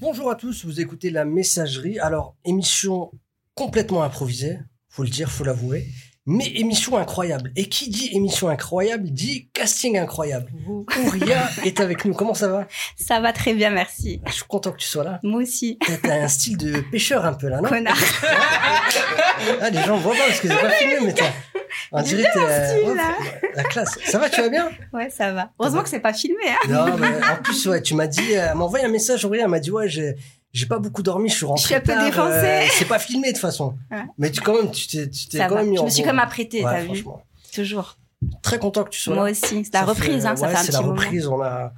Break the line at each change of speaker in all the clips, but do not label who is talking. Bonjour à tous, vous écoutez la messagerie. Alors, émission complètement improvisée, faut le dire, faut l'avouer, mais émission incroyable. Et qui dit émission incroyable dit casting incroyable.
Ouh.
Ouria est avec nous, comment ça va
Ça va très bien, merci.
Je suis content que tu sois là.
Moi aussi,
T'as- T'as un style de pêcheur un peu là, non
connard.
Ah, les gens voient pas parce que c'est pas filmé, mais t'as. On
J'ai
dirait que
un
t'es.
style, là.
la classe. Ça va, tu vas bien
Ouais, ça va. Heureusement que c'est pas filmé. Hein.
Non, mais en plus, ouais, tu m'as dit, euh, elle m'a envoyé un message, Aurélie, elle m'a dit, ouais, j'ai, j'ai pas beaucoup dormi, je suis rentré.
Je suis un peu
tard, euh,
défoncée.
c'est pas filmé de toute façon.
Ouais.
Mais tu, quand même, tu t'es, tu t'es
Ça
quand
va.
même mis
Je
en
me suis
bon.
comme apprêtée,
Ouais,
t'as vu
franchement.
Toujours.
Très content que tu sois là.
Moi aussi. C'est la
Ça
reprise,
fait-
hein, ça
ouais,
fait un
c'est
petit
la
moment.
reprise. On a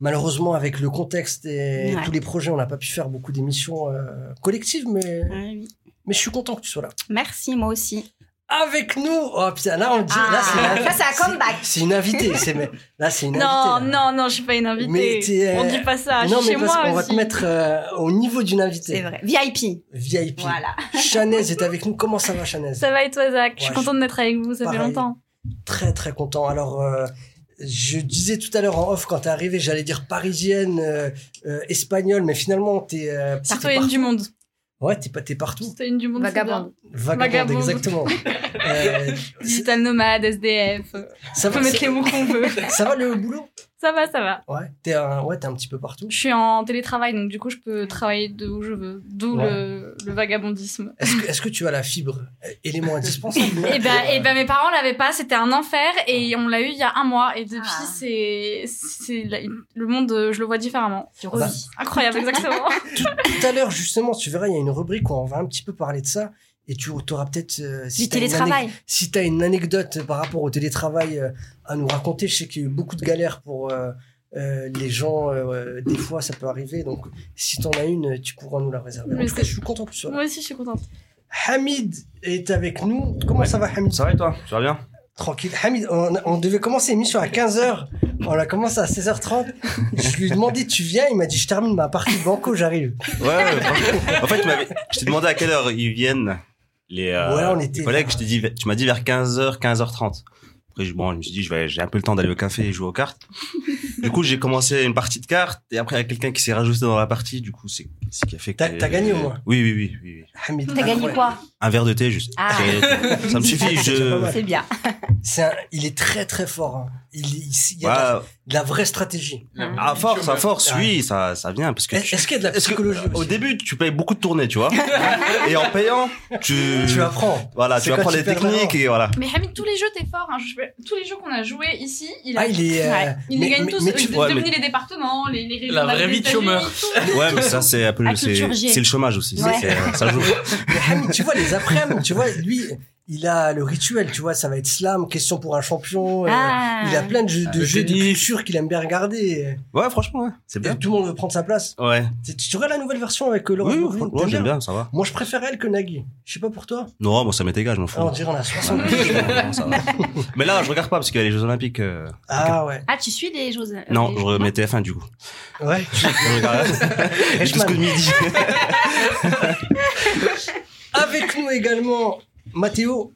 malheureusement avec le contexte et
Ouais.
tous les projets, on n'a pas pu faire beaucoup d'émissions euh, collectives, mais
Ouais, oui.
mais je suis content que tu sois là.
Merci, moi aussi.
Avec nous, oh putain, là on le dit, là c'est
Ah,
la-
ça, c'est un comeback.
C'est une invitée, c'est mais là c'est une
Non,
invitée. là.
non, non, je suis pas une
Mais
invitée.
t'es, euh,
On dit pas ça. Je
Non
suis
mais
Ah, chez
parce
moi
qu'on va
aussi.
te mettre euh, au niveau d'une
C'est
invitée.
vrai. VIP.
VIP.
Voilà.
Chanaise est avec nous. Comment ça va, Chanaise
Ça va et toi, Zach Je
Ouais,
suis contente d'être avec vous. Ça fait
pareil.
longtemps.
Très très content. Alors, euh, je disais tout à l'heure en off quand t'es arrivée, j'allais dire parisienne, euh, euh, espagnole, mais finalement t'es euh, t'es
Citoyenne du monde.
Ouais, t'es pas t'es partout.
Citoyenne du monde. c'est bien.
Vagabond.
Vagabonde,
Vagabonde.
exactement. Euh, c'est-
Digital nomade, SDF.
ça
On peut
va,
mettre
ça,
les mots qu'on veut.
ça va le boulot
Ça va, ça va.
Ouais, t'es un, ouais, t'es un petit peu partout.
Je suis en télétravail, donc du coup, je peux travailler de où je veux. D'où
Ouais.
le, le vagabondisme.
Est-ce que, est-ce que tu as la fibre, euh, élément indispensable
Et ben, et ben, mes parents l'avaient pas. C'était un enfer et on l'a eu il y a un mois. Et depuis,
Ah.
c'est, c'est la- le monde, euh, je le vois différemment.
Tu
Bah,
revis.
Incroyable, exactement.
Tout à l'heure, justement, tu verras, il y a une rubrique où on va un petit peu parler de ça. Et tu auras peut-être... euh, si
Du
t'as une
télétravail.
Si tu as une anecdote par rapport au télétravail euh, à nous raconter, je sais qu'il y a eu beaucoup de galères pour euh, euh, les gens. euh, euh, des fois, ça peut arriver. Donc, si tu en as une, tu pourras nous la réserver. En
Mais
tout cas,
c'est-
je suis content que tu sois là.
Moi aussi, je suis contente.
Hamid est avec nous. Comment
Ouais.
ça va, Hamid
Ça va et toi Tu vas bien
Tranquille. Hamid, on, on devait commencer l'émission à 15h. On l'a commencé à 16h30. Je lui ai demandé, tu viens Il m'a dit, je termine ma partie de banco, j'arrive.
Ouais. ouais, franchement. en fait, tu m'avais- je t'ai demandé à quelle heure ils viennent les, euh,
Ouais, on
les
était
collègues.
vers-
Je t'ai dit, tu m'as dit vers 15h, 15h30. Après, je, bon, je me suis dit, je vais- j'ai un peu le temps d'aller au café et jouer aux cartes. Du coup, j'ai commencé une partie de cartes et après, il y a quelqu'un qui s'est rajouté dans la partie. Du coup, c'est ce qui a fait que.
T'as- t'as gagné, au moins
Oui, oui, oui. oui, oui.
Hamid,
T'as gagné
incroyable.
quoi
Un verre de thé, juste.
Ah.
C'est- Ça me suffit.
C'est pas
Je.
mal.
C'est bien.
C'est un- il est très très fort. hein. Il, il- il y a de la-
Ouais,
de la vraie stratégie.
à force, à force,
Ah.
oui, ça, ça vient parce que.
Est-
tu-
Est-ce qu'il y a de la
Est-ce que-
psychologie
au
aussi
début, tu payes beaucoup de tournées, tu vois. et en payant, tu.
Tu apprends.
Voilà,
C'est
tu
quand
apprends
tu
les
perds la
techniques
main.
et voilà.
Mais Hamid, tous les jeux, t'es fort. hein. Je fais- Tous les jeux qu'on a joués ici, il a.
Ah, il est. euh,
Ouais. Il
mais-
les gagne
mais-
tous.
mais
euh,
tu-
de-
Ouais,
devenez les départements, les, les régions.
La vraie
les
vie de
États-Unis,
chômeur.
tout.
Ouais, mais ça, c'est un peu le,
À
c'est,
culturger.
c'est le chômage aussi.
Ouais.
C'est- c'est- ça joue.
mais Hamid, tu vois, les après tu vois, lui, il a le rituel, tu vois, ça va être slam, question pour un champion. euh,
Ah.
Il a plein de jeux de,
Le
jeux de
tennis.
culture qu'il aime bien regarder.
Ouais, franchement, ouais. C'est
Et
bien.
tout le monde veut prendre sa place.
Ouais.
Tu tu regardes la nouvelle version avec euh, Laurent
Oui,
Bourgogne,
franchement,
t'aimes
j'aime
bien
bien, ça va.
Moi, je préfère elle que Nagui. Je sais pas pour toi.
Non, bon, ça m'est égal, je m'en fous.
Ah, on dirait on a 60.
Ouais, non, ça va. Mais là, je regarde pas parce qu'il y a les Jeux Olympiques. euh,
Ah ouais.
Ah, tu suis les choses.
Non,
les-
je remets TF1 du coup.
Ouais.
Je regarde hein,
Richman.
jusqu'au midi.
Avec nous également, Mathéo.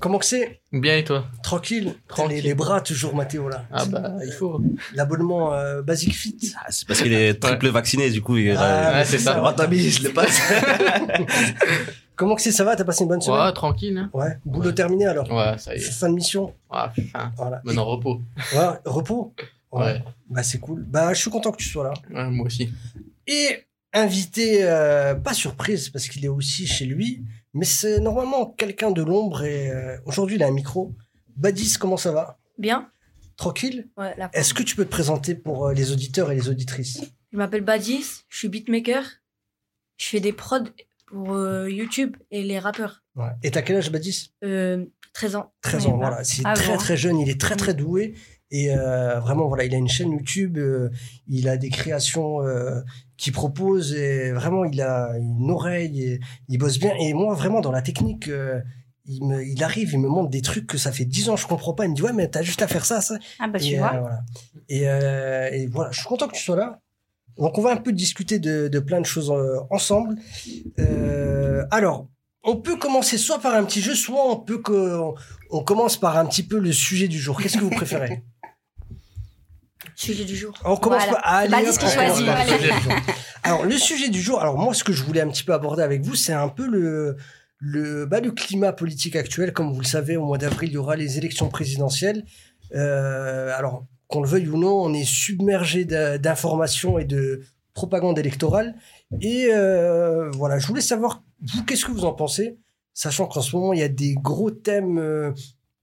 Comment que c'est
Bien et toi
Tranquille. Tranquille.
Tranquille.
Les, les bras toujours, Mathéo, là.
Ah bah il faut.
L'abonnement euh, Basic Fit.
Ah, c'est parce qu'il est triple vacciné, du coup. Il...
Ah,
euh, ouais, c'est ça.
Ah, t'as mis, je l'ai pas.
Comment que c'est Ça va T'as passé une bonne semaine
Ouais, tranquille. hein.
Ouais. Boulot terminé alors.
Ouais, ça y est.
Fin de mission.
Ah, fin.
Voilà.
Maintenant repos.
Ouais, repos.
Ouais.
Bah c'est cool. Bah je suis content que tu sois là.
Ouais, moi aussi.
Et invité, euh, pas surprise parce qu'il est aussi chez lui, mais c'est normalement quelqu'un de l'ombre et euh, aujourd'hui il a un micro. Badis, comment ça va
Bien.
Tranquille
Ouais, la
Est-ce que tu peux te présenter pour euh, les auditeurs et les auditrices
Je m'appelle Badis, je suis beatmaker. Je fais des prods pour euh, YouTube et les rappeurs.
ouais. Et t'as quel âge Badis
Euh, 13 ans.
13
Ouais,
ans,
bah.
voilà. C'est
Ah
très
bon.
très jeune, il est très très doué. Et euh, vraiment, voilà, il a une chaîne YouTube, euh, il a des créations euh, qu'il propose, et vraiment, il a une oreille, et il bosse bien. Et moi, vraiment, dans la technique, euh, il, me, il arrive, il me montre des trucs que ça fait 10 ans, je comprends pas. Il me dit, ouais, mais t'as juste à faire ça, ça.
Ah, bah,
et,
tu
euh,
vois.
voilà. Et, euh, et voilà, je suis content que tu sois là. Donc, on va un peu discuter de, de plein de choses euh, ensemble. Euh, alors, on peut commencer soit par un petit jeu, soit on peut que on, on commence par un petit peu le sujet du jour. Qu'est-ce que vous préférez
Sujet du jour.
On commence
Voilà.
pas à aller.
Bah, dis ce
hop,
que
on
tu
commence
choisis,
par le
voilà.
sujet du jour. Alors, le sujet du jour, alors moi, ce que je voulais un petit peu aborder avec vous, c'est un peu le, le, bah, le climat politique actuel. Comme vous le savez, au mois d'avril, il y aura les élections présidentielles. Euh, alors, qu'on le veuille ou non, on est submergé d'a- d'informations et de propagande électorale. Et euh, voilà, je voulais savoir, vous, qu'est-ce que vous en pensez Sachant qu'en ce moment, il y a des gros thèmes euh,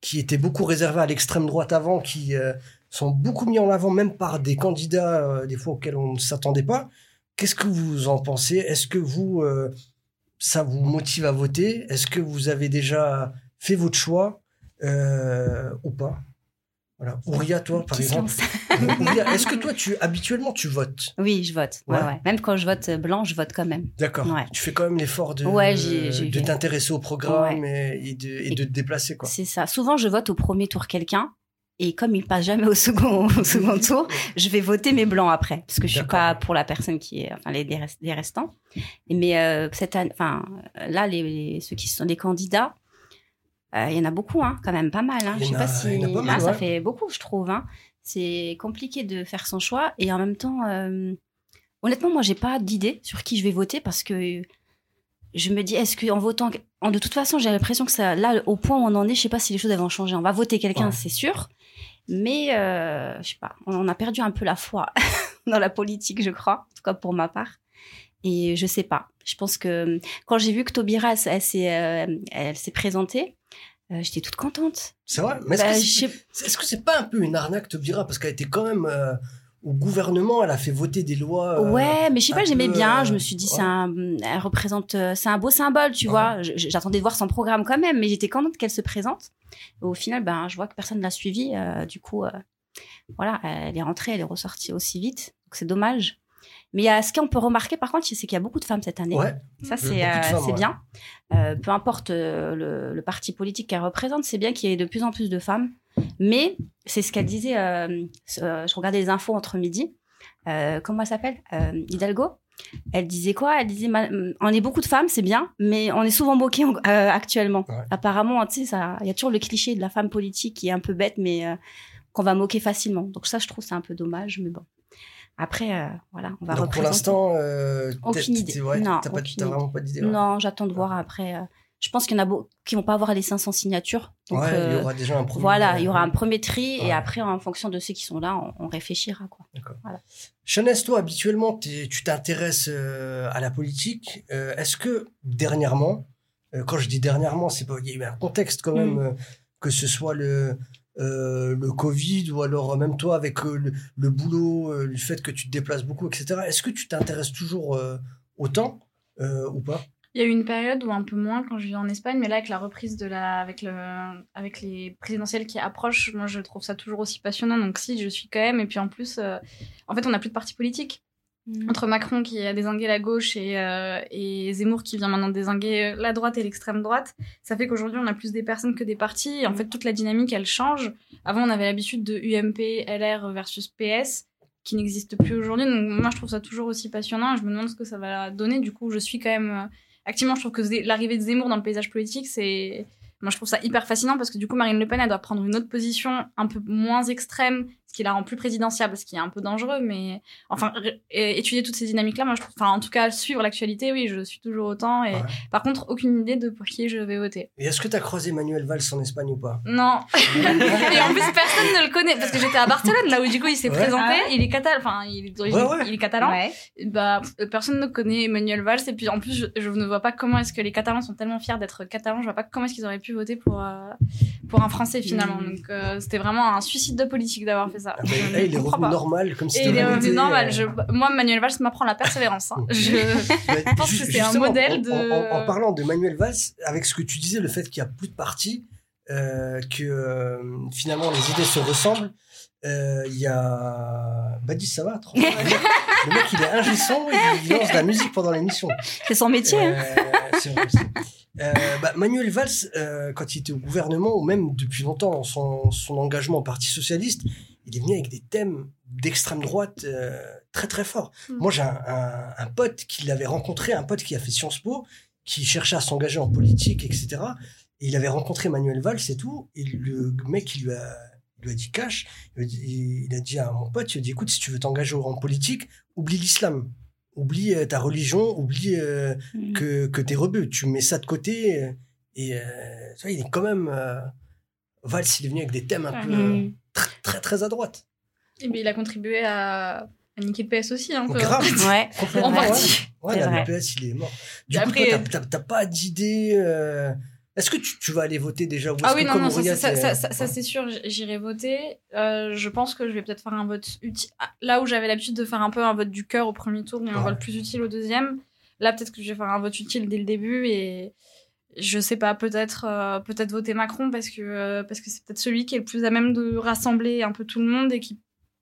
qui étaient beaucoup réservés à l'extrême droite avant, qui. euh, sont beaucoup mis en avant, même par des candidats, euh, des fois auxquels on ne s'attendait pas. Qu'est-ce que vous en pensez Est-ce que vous, euh, ça vous motive à voter Est-ce que vous avez déjà fait votre choix euh, ou pas Voilà. Ouria, toi, par
Qui se
exemple.
lance
Ouria, est-ce que toi, tu habituellement, tu votes
Oui, je vote. Ouais,
Ouais.
ouais. Même quand je vote euh, blanc, je vote quand même.
D'accord.
Ouais.
Tu fais quand même l'effort de,
Ouais, j'ai- j'ai
de
fait.
t'intéresser au programme et, et de, et de te déplacer, quoi.
C'est ça. Souvent, je vote au premier tour quelqu'un. Et comme il passe jamais au second, au second tour, je vais voter mes blancs après, parce que je suis
D'accord.
pas pour la personne qui est, enfin les, les rest- les restants. Mais euh, cette, année- enfin euh, là, les, les- ceux qui sont des candidats, euh, il y en a beaucoup, hein, quand même pas mal. Hein.
Il y
Je sais
en
pas
a-
si
il y en a pas mal,
Ah, ça
ouais.
fait beaucoup, je trouve. Hein. C'est compliqué de faire son choix et en même temps, euh, honnêtement, moi, j'ai pas d'idée sur qui je vais voter parce que je me dis, est-ce qu'en votant, en, de toute façon, j'ai l'impression que ça, là, au point où on en est, je sais pas si les choses elles vont changer. On va voter quelqu'un,
Ouais.
c'est sûr, mais euh, je sais pas, on, on a perdu un peu la foi dans la politique, je crois, en tout cas pour ma part. Et je sais pas. Je pense que quand j'ai vu que Taubira, elle, s'est, euh, elle s'est présentée, euh, j'étais toute contente.
C'est vrai Mais est-ce
Bah,
que
je
c'est-
sais
C'est- Est-ce que c'est pas un peu une arnaque, Taubira Parce qu'elle était quand même euh, au gouvernement, elle a fait voter des lois. euh,
Ouais, mais je sais
un
pas, j'aimais
peu,
bien.
euh,
Je me suis dit, c'est
ouais.
un, elle représente, euh, c'est un beau symbole, tu
Ouais.
vois. Je- je- J'attendais de voir son programme quand même, mais j'étais contente qu'elle se présente. Au final, ben, je vois que personne l'a suivie. euh, du coup, euh, voilà, elle est rentrée, elle est ressortie aussi vite. Donc c'est dommage. Mais euh, ce qu'on peut remarquer, par contre, c'est qu'il y a beaucoup de femmes cette année.
Ouais, Beaucoup
Ça,
de
c'est euh,
femmes,
c'est
ouais.
bien. Euh, peu importe euh, le, le parti politique qu'elle représente, c'est bien qu'il y ait de plus en plus de femmes. Mais c'est ce qu'elle disait, euh, ce- euh, je regardais les infos entre midi. Euh, comment elle s'appelle Euh, Hidalgo Elle disait quoi Elle disait ma- mm, on est beaucoup de femmes, c'est bien, mais on est souvent moqués en- euh, actuellement.
Ouais.
Apparemment, tu sais, ça- il y a toujours le cliché de la femme politique qui est un peu bête, mais euh, qu'on va moquer facilement. Donc ça, je trouve c'est un peu dommage, mais bon. Après, euh, voilà, on va
donc pour
représenter.
l'instant, euh, t'as-
Aucune
t'es-
idée.
t'es- ouais,
Non,
t'as pas-
aucune
t'as
idée.
vraiment pas d'idée. ouais.
Non, j'attends de voir après. euh, Je pense qu'il y en a beaucoup qui vont pas avoir les 500 signatures. Donc,
Ouais, il
euh,
y aura déjà un premier.
voilà, il y aura un
euh,
premier tri
Ouais.
et après, en fonction de ceux qui sont là, on, on réfléchira. Quoi.
Chanès, toi, habituellement, t'es- tu t'intéresses euh, à la politique. Euh, Est-ce que dernièrement, euh, quand je dis dernièrement, c'est pas, il y a eu un contexte quand même,
Mm.
euh, que ce soit le euh, le Covid ou alors euh, même toi avec euh, le, le boulot, euh, le fait que tu te déplaces beaucoup, etc. Est-ce que tu t'intéresses toujours euh, autant euh, ou pas
Il y a eu une période où un peu moins quand je vivais en Espagne, mais là avec la reprise de la, avec le, avec les présidentielles qui approchent, moi je trouve ça toujours aussi passionnant. Donc si, je suis quand même. Et puis en plus, euh, en fait, on n'a plus de parti politique. Entre Macron qui a désingué la gauche et, euh, et Zemmour qui vient maintenant désinguer la droite et l'extrême droite, ça fait qu'aujourd'hui on a plus des personnes que des partis. Et en fait, toute la dynamique elle change. Avant, on avait l'habitude de UMP, LR versus PS qui n'existe plus aujourd'hui. Donc moi, je trouve ça toujours aussi passionnant. et Je me demande ce que ça va donner. Du coup, je suis quand même euh, activement. Je trouve que Zé- l'arrivée de Zemmour dans le paysage politique, c'est moi, je trouve ça hyper fascinant parce que du coup, Marine Le Pen, elle doit prendre une autre position un peu moins extrême, ce qui la rend plus présidentiable, ce qui est un peu dangereux. Mais enfin, ré- é- étudier toutes ces dynamiques-là, moi, je trouve. Enfin, en tout cas, suivre l'actualité, oui, je suis toujours autant. Et
Ouais.
par contre, aucune idée de pour qui je vais voter.
Et est-ce que t'as croisé Manuel Valls en Espagne ou pas Ah
Non. Et en plus, personne ne le connaît parce que j'étais à Barcelone, là où du coup, il s'est
Ouais.
présenté.
Ah
Il est catalan. Enfin, il est d'origine-
Ouais, ouais.
il est catalan
Ouais.
bah, euh, personne ne connaît Emmanuel Valls. Et puis en plus, je, je ne vois pas comment est-ce que les Catalans sont tellement fiers d'être Catalans. Je vois pas comment est-ce qu'ils auraient pu voter pour, euh, pour un Français finalement.
Mm.
Donc euh, c'était vraiment un suicide de politique d'avoir fait ça.
Ah,
Je
ben,
ne
eh, Il est
comprends
revenu
pas.
normal comme si
Et il est
t'avais
revenu
été,
normal.
euh,
Je- moi, Manuel Valls m'apprend la persévérance. hein. Je...
Je
pense que c'est un modèle de-
En, en- en parlant de Manuel Valls, avec ce que tu disais, le fait qu'il n'y a plus de parti, euh, que euh, finalement les idées se ressemblent, euh, il y a. Bah, dis ça va, tranquille. Le mec, il est ingé son, il lance de la musique pendant l'émission.
C'est son métier. hein.
Euh, c'est vrai aussi. Euh, bah, Manuel Valls, euh, quand il était au gouvernement, ou même depuis longtemps, son, son engagement au Parti Socialiste, il est venu avec des thèmes d'extrême droite euh, très très forts.
Mm.
Moi, j'ai un, un- un pote qui l'avait rencontré, un pote qui a fait Sciences Po, qui cherchait à s'engager en politique, etc. Et il avait rencontré Manuel Valls et tout, et le mec, il lui a il lui a dit cash. Il, lui a dit- il a dit à mon pote, il a dit écoute, si tu veux t'engager au rang politique, oublie l'islam. Oublie euh, ta religion, oublie euh,
Mhm.
Mm.
que, que t'es rebeu. Tu mets ça de côté. euh, Et euh, tu vois, il est quand même. euh, Valls, il est venu avec des thèmes un peu
Mm.
euh,
Mhm.
très, très, très à droite.
Et bien, il a contribué à, à niquer le PS aussi, un peu.
Grave.
Ouais, c'est
En
vrai.
partie.
Ouais,
C'est
la
vrai.
PS, il est mort. Du
Et
coup,
après-
toi, t'as- t'as- t'as pas d'idée. euh, Est-ce que tu, tu vas aller voter déjà ou
Ah
est-ce
oui,
que
non,
comme
non, ça,
Aurillac,
ça,
euh,
ça, ça, ça, c'est sûr, j- j'irai voter. Euh, je pense que je vais peut-être faire un vote utile. Ah, Là où j'avais l'habitude de faire un peu un vote du cœur au premier tour, mais un
Ouais.
vote plus utile au deuxième, là peut-être que je vais faire un vote utile dès le début et je sais pas, peut-être euh, peut-être voter Macron parce que euh, parce que c'est peut-être celui qui est le plus à même de rassembler un peu tout le monde et qui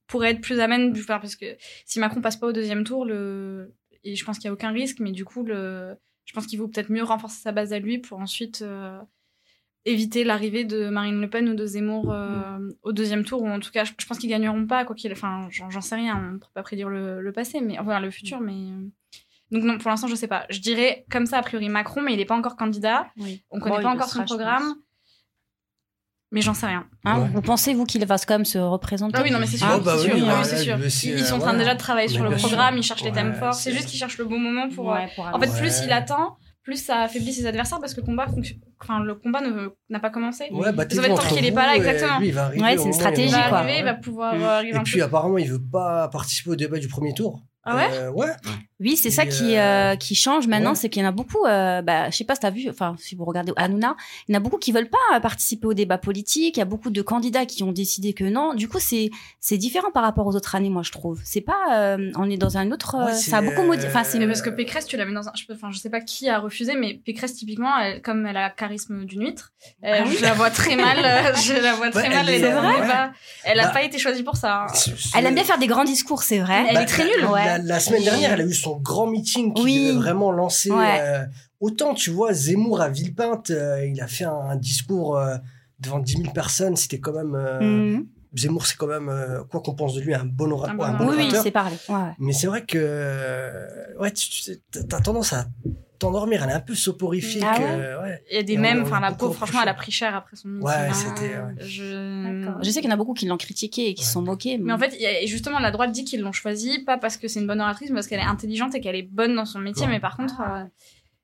pourrait être plus à même du faire parce que si Macron passe pas au deuxième tour, le et je pense qu'il y a aucun risque, mais du coup le je pense qu'il vaut peut-être mieux renforcer sa base à lui pour ensuite euh, éviter l'arrivée de Marine Le Pen ou de Zemmour euh, au deuxième tour, ou en tout cas, je, je pense qu'ils gagneront pas, quoi qu'il. Enfin, j'en j'en sais rien, on ne peut pas prédire le, le passé, mais enfin le futur, mais. euh, Donc non, pour l'instant, je sais pas. Je dirais comme ça, a priori, Macron, mais il n'est pas encore candidat,
Oui.
on connaît
Bon,
pas
il le
encore son
sera, je
programme,
pense.
mais j'en sais rien.
Hein,
Ouais.
Vous pensez, vous, qu'il va quand même se représenter
Ah oui, non, mais c'est sûr,
Ah,
Oh, bah
c'est sûr,
oui,
ah oui,
ouais,
c'est
là,
sûr.
mais c'est,
Ils, ils sont en
euh,
train
voilà.
déjà de travailler
Mais
sur le
bien sûr.
programme, ils cherchent les thèmes
Ouais,
forts,
c'est-
c'est juste qu'ils cherchent le bon moment pour... euh,
Ouais, pour
En fait,
avancer.
plus
Ouais.
il attend, plus ça affaiblit ses adversaires parce que le combat, fonction- enfin, le combat ne- n'a pas commencé.
Ouais, bah,
Ça va être tant qu'il est pas là, exactement.
Ouais, c'est une
Il
stratégie,
va
quoi.
arriver, il va pouvoir
Mm.
euh, arriver
Et
un
puis,
peu.
apparemment, il veut pas participer au débat du premier tour.
Ah ouais
Euh, Ouais.
Oui, c'est ça
Et,
qui,
euh,
euh, qui change maintenant,
ouais.
c'est qu'il y en a beaucoup, euh, bah, je sais pas si t'as vu, enfin, si vous regardez Hanouna, il y en a beaucoup qui veulent pas euh, participer au débat politique, il y a beaucoup de candidats qui ont décidé que non. Du coup, c'est, c'est différent par rapport aux autres années, moi, je trouve. C'est pas, euh, on est dans un autre, euh,
Ouais, c'est,
ça a beaucoup modifié, enfin,
euh,
c'est,
Mais parce que Pécresse, tu la mets dans un. Je, peux- enfin, je sais pas qui a refusé, mais Pécresse, typiquement, elle- comme elle a le charisme d'une huître, euh,
Ah oui.
je la vois très mal. euh, je la vois
Ouais,
très mal.
elle
les
est-
deux
C'est vrai
débats. Elle a
Bah,
pas été choisie pour ça. hein.
elle aime bien faire des grands discours, c'est vrai.
Elle est très nulle.
Ouais.
Bah, La, la semaine dernière, elle a eu son grand meeting qui
Oui.
devait vraiment lancer.
Ouais.
euh, autant, tu vois, Zemmour à Villepinte, euh, il a fait un, un discours euh, devant 10 000 personnes. C'était quand même. euh,
Mhm.
Zemmour, c'est quand même, euh, quoi qu'on pense de lui, un bon, ora-
Un bon
un bon
Oui, oui,
orateur.
c'est parlé. Ouais, ouais.
Mais c'est vrai que euh, ouais, tu, tu- t'as tendance à t'endormir. Elle est un peu soporifique.
Ah ouais Mm.
euh, ouais.
Il y a des
Et on-
mêmes.
on
Enfin,
l'a
la
beaucoup
pauvre, franchement, elle a
reproché.
pris cher après son meeting.
Ah.
Ouais,
hein.
c'était. ouais.
Je...
Je sais qu'il y en a beaucoup qui l'ont critiqué et qui se sont moqués.
Mm.
Mais en fait, il y a- justement, la droite dit qu'ils l'ont choisie, pas parce que c'est une bonne oratrice, mais parce qu'elle est intelligente et qu'elle est bonne dans son métier.
Ouais.
Mais par contre,
Ah.
euh,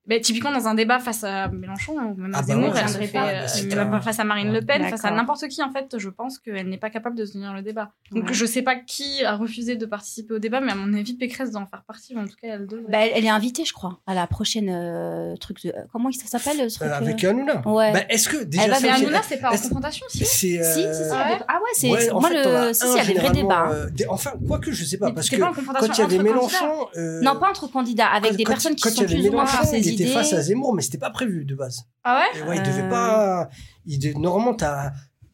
bah, typiquement, dans un débat face à Mélenchon ou même à
Ah bah
Zemmour,
ouais,
elle
ça
aurait
se fait.
fait,
Ah bah c'est
euh,
un-
face à Marine Le Pen,
D'accord.
face à n'importe qui, en fait, je pense qu'elle n'est pas capable de se tenir le débat. Donc,
Ouais.
je sais pas qui a refusé de participer au débat, mais à mon avis, Pécresse doit en faire partie, ou en tout cas, elle devrait.
Bah, elle, elle est invitée, je crois, à la prochaine euh, truc de. Comment ça s'appelle le truc
Euh,
euh,
avec Hanouna.
Ouais.
Bah, est-ce que déjà
va
ça,
Ah, mais
vers
c'est-
Hanouna, c'est pas en
est-ce-
confrontation, si
c'est euh,
Si, si, si.
Ah
avec-
ouais
Ah ouais, c'est
ouais,
c'est-
en
moi
fait, t'en as
le. Si,
un
si, il y avait vrai
généralement,
débat. hein.
euh, des- enfin, quoique je sais pas, parce
C'était
que
pas en confrontation
quand il y avait
entre candidats.
Mélenchon, euh,
Non, pas entre candidats, avec
quand-
des
quand-
personnes qui
quand
sont
il y avait
plus ou moins
Mélenchon,
sur ses
il était
idées.
face à Zemmour, mais c'était pas prévu de base.
Ah ouais
Et ouais, il devait
Euh.
pas. Il de- Normalement, t'as.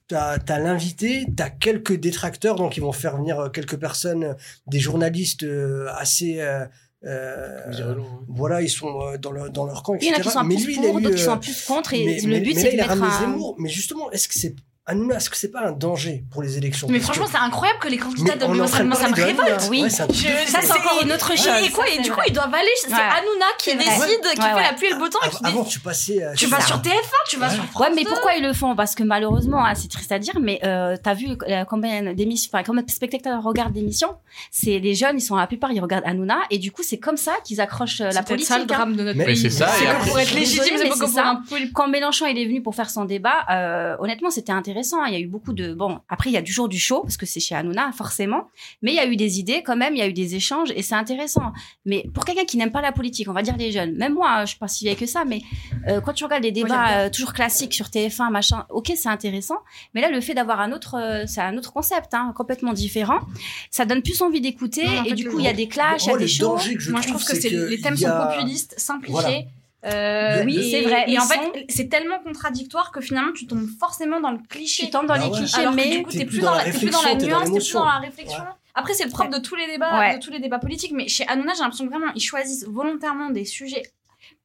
T'as t'as l'invité, t'as quelques détracteurs, donc ils vont faire venir euh, quelques personnes, euh, des journalistes euh, assez. euh, euh,
On dirait long, hein.
voilà, ils sont euh, dans, leur, dans leur camp,
Il y
etc.
en a qui sont
mais
plus
lui, il a
pour,
eu,
d'autres qui sont
euh,
plus contre, et
mais-
le
mais-
but
mais là,
c'est de
il a
mettre
ramené
un.
Zemmour. Mais justement, est-ce que c'est Hanouna, est-ce que c'est pas un danger pour les élections
Mais
Parce que-
franchement, c'est incroyable que les candidats
mais on est
de
en train
ça,
de
me- ça me
parler de
révolte.
Hanouna.
Oui.
Ouais, c'est un-
Ça, c'est encore une autre chose.
Et quoi, et du coup, ils doivent aller. C'est
Ouais.
Hanouna qui
C'est vrai.
décide, qui
Ouais,
fait
ouais.
la pluie et le beau temps. et
Av-
qui
Avant, tu passais. euh,
dit, tu
chez-
vas sur TF1, tu vas
Ouais.
sur France.
Ouais, mais pourquoi ils le font Parce que malheureusement, hein, c'est triste à dire, mais euh, t'as vu euh, combien d'émissions, enfin combien de spectateurs regardent d'émissions C'est les jeunes, ils sont la plupart, ils regardent Hanouna, et du coup, c'est comme ça qu'ils accrochent euh, la
C'est peut-être
politique.
ça le
hein.
drame de notre
Mais
pays.
c'est ça, et
que
après-
pour être légitime,
Désolée,
c'est
mais
pas
c'est
comme pour
ça.
un poli-
quand Mélenchon il est venu pour faire son débat, euh, honnêtement, c'était intéressant. hein. Il y a eu beaucoup de bon. Après, il y a toujours du show parce que c'est chez Hanouna, forcément. Mais il y a eu des idées quand même. Il y a eu des échanges et c'est intéressant. Mais pour quelqu'un qui n'aime pas la politique, on va dire les jeunes, même moi, hein, je suis pas si vieille que ça. Mais euh, quand tu regardes les
j'aime
débats euh, toujours classiques sur TF1, machin, ok, c'est intéressant. Mais là, le fait d'avoir un autre, euh, c'est un autre concept, hein, complètement différent. Ça donne plus envie d'écouter
Non, en
et
fait,
du
le-
coup, il y a des clashs, il y
Moi,
a des
le
shows.
danger que je
Moi, je trouve que, c'est-
que
les thèmes
il y a-
sont populistes, simplifiés.
Voilà.
euh,
Oui,
et-
c'est vrai,
Et
ils
en
sont-
fait, c'est tellement contradictoire que finalement, tu tombes forcément dans le
Tu
cliché.
tombes dans
Bah
les
ouais.
clichés,
Ah Alors que
mais
du coup,
T'es
t'es
plus
plus,
dans
dans
la
la- t'es plus dans la
réflexion, t'es dans
nuance, t'es plus
l'émotion.
dans la réflexion. Après, c'est le propre de tous les débats,
Ouais.
de tous les débats politiques. Mais chez Hanouna, j'ai l'impression que vraiment, ils choisissent volontairement des sujets.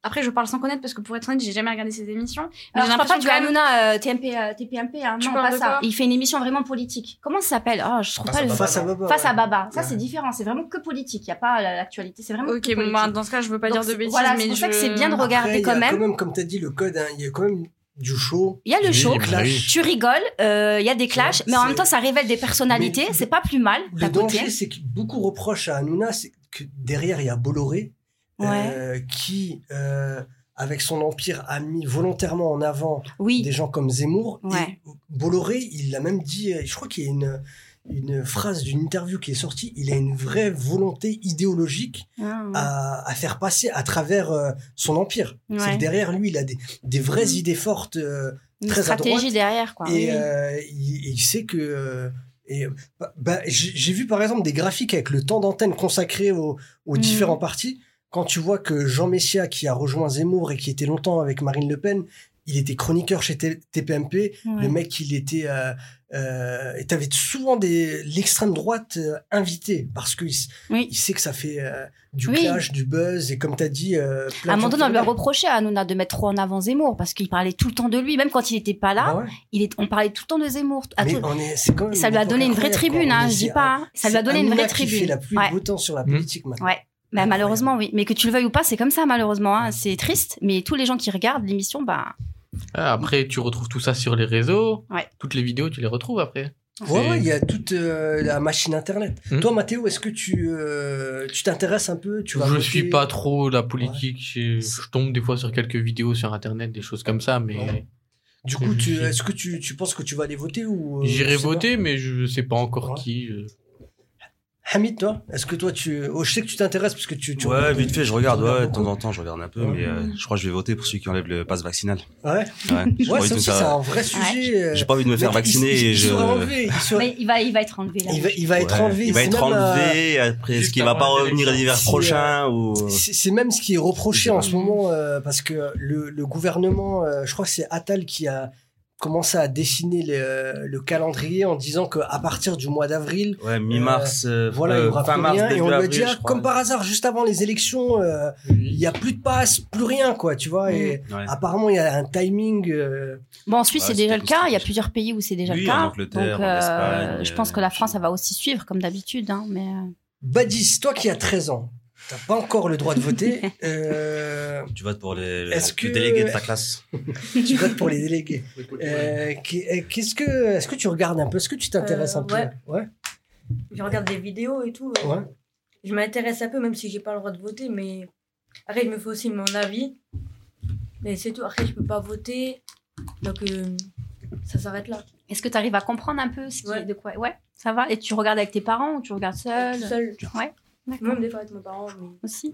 Après, je parle sans connaître parce que pour être honnête, j'ai jamais regardé ces émissions. Mais
Alors,
j'ai
je parle pas
l'impression
du
quand même-
Hanouna euh, TMP, euh, TPMP, hein,
Tu
non,
parles
pas
de
ça.
quoi
Il fait une émission vraiment politique. Comment ça s'appelle Ah, je trouve
Face
pas
à
le.
Baba.
Face à Baba.
Face à
ouais.
Baba. Ça,
Ouais.
c'est différent. C'est vraiment que politique. Il n'y a pas la- l'actualité. C'est vraiment que
Ok, bon,
politique.
bah, dans ce cas, je veux pas
Donc,
dire de
c'est-
bêtises.
Voilà, c'est
mais
pour ça que
je-
c'est bien de
Après,
regarder
il y a
quand même.
Comme tu as dit, le code, hein, il y a quand même du show.
Il y a le
Oui,
show,
bah oui.
tu rigoles, euh, il y a des clashs,
Ouais,
mais en
c'est-
même temps ça révèle des personnalités,
Mais-
c'est pas plus mal,
Le
t'as
danger,
côté.
c'est que beaucoup reprochent à Hanouna, c'est que derrière, il y a Bolloré,
Ouais.
euh, qui, euh, avec son empire, a mis volontairement en avant
Oui,
des gens comme Zemmour.
Ouais.
Et Bolloré, il l'a même dit, euh, je crois qu'il y a une, une phrase d'une interview qui est sortie, il a une vraie volonté idéologique
Ah,
à, à faire passer à travers euh, son empire. C'est
Ouais.
que derrière lui, il a des, des vraies idées fortes. euh,
une
très à
stratégie
droite,
derrière quoi.
et
Bah Oui.
euh, il, il sait que. euh, et, bah, bah, J'ai j'ai vu par exemple des graphiques avec le temps d'antenne consacré aux, aux
Mhm.
différents partis. Quand tu vois que Jean Messia, qui a rejoint Zemmour et qui était longtemps avec Marine Le Pen, il était chroniqueur chez T- TPMP.
Ouais.
Le mec, il était. Euh, euh, et t'avais souvent des- l'extrême droite euh, invitée parce qu'il s-
Oui.
il sait que ça fait euh, du
Oui.
clash, du buzz et comme t'as dit. euh, plein
À un
de
moment
gens
donné, on
qui
lui a
regardent.
reproché à Hanouna de mettre trop en avant Zemmour parce qu'il parlait tout le temps de lui, même quand il n'était pas là,
Bah ouais.
il est, on parlait tout le temps de Zemmour. À
Mais
tout-
on est- c'est quand même
ça lui a
époque
donné une vraie
incroyable quand
tribune,
on
hein,
est-
je dis
c'est-
pas. hein. Ça lui a
C'est
donné une
Hanouna
vraie
qui fait
tribune.
la pluie
Ouais.
de beau temps sur la
Mmh.
politique maintenant.
Ouais. Bah, malheureusement, oui. Mais que tu le veuilles ou pas, c'est comme ça, malheureusement. hein. C'est triste, mais tous les gens qui regardent l'émission, bah,
Ah, après, tu retrouves tout ça sur les réseaux.
Ouais.
Toutes les vidéos, tu les retrouves après.
Ouais,
C'est-
ouais, il y a toute euh, la machine internet.
Mmh.
Toi, Mathéo, est-ce que tu euh, tu t'intéresses un peu Tu vas
je
voter
suis pas trop la politique. Je, je tombe des fois sur quelques vidéos sur internet, des choses comme ça, mais
Ouais. Du coup, tu- est-ce que tu, tu penses que tu vas aller voter ou euh,
j'irai
je sais pas.
voter, mais je sais pas encore
Ouais.
qui. je-
Hamid, toi, est-ce que toi tu oh, je sais que tu t'intéresses parce que tu, tu
Ouais, vite fait, je regarde.
tu regardes
Ouais, de
beaucoup.
temps en temps, je regarde un peu,
Ouais.
mais euh, je crois que je vais voter pour celui qui enlève le passe vaccinal.
Ouais,
Ouais, j'ai pas
ouais
envie
ça
de me
aussi, c'est
faire-
un vrai sujet. euh,
J'ai pas envie de me faire
mec, il-
vacciner
il-
et
il
je.
sera enlevé, il sera-
mais il va, il va être enlevé là.
Il va, il va être
Ouais,
enlevé.
Il va
c'est
être
même, euh,
enlevé. Après, est-ce
Juste
qu'il va
avant
pas
les
revenir
élections.
l'hiver
Si,
prochain ou
C'est c'est même ce qui est reproché en ce moment euh, parce que le, le gouvernement, euh, je crois que c'est Attal qui a commencé à dessiner le, le calendrier en disant qu'à partir du mois d'avril,
Ouais, mi-mars, euh,
voilà, il
euh,
n'y aura
fin
plus
mars,
rien. Et
début
on lui a
avril,
dit, ah,
je crois.
comme par hasard, juste avant les élections, euh, il n'y a plus de passe, plus rien, quoi, tu vois. Et
Ouais.
apparemment, il y a un timing. euh,
Bon, en Suisse,
Ouais,
c'est
Bah, c'était
déjà le cas. Il y a
catastrophique.
plusieurs pays où c'est déjà
Oui,
le
en
cas.
Angleterre,
Donc,
en Espagne,
je pense que
euh,
la France, elle va aussi suivre, comme d'habitude. hein, mais euh,
Badis, toi qui as 13 ans, t'as pas encore le droit de voter. euh,
Tu votes pour les,
Est-ce
le
que-
délégué de ta classe.
tu votes pour les délégués. Euh, qu'est- Qu'est-ce que, est-ce que tu regardes un peu, est-ce que tu t'intéresses
Euh,
un peu
ouais.
Ouais.
Je regarde des vidéos et tout. euh,
Ouais.
Je m'intéresse un peu, même si j'ai pas le droit de voter, mais après, je me fais aussi mon avis. Mais c'est tout. Après, je peux pas voter. Donc, euh, ça s'arrête là.
est-ce que tu arrives à comprendre un peu ce qui
Ouais.
est de quoi Ouais, ça va. Et tu regardes avec tes parents ou tu regardes seul
Tout seul.
Ouais, d'accord.
Même des fois avec mes parents. Mais...
Aussi.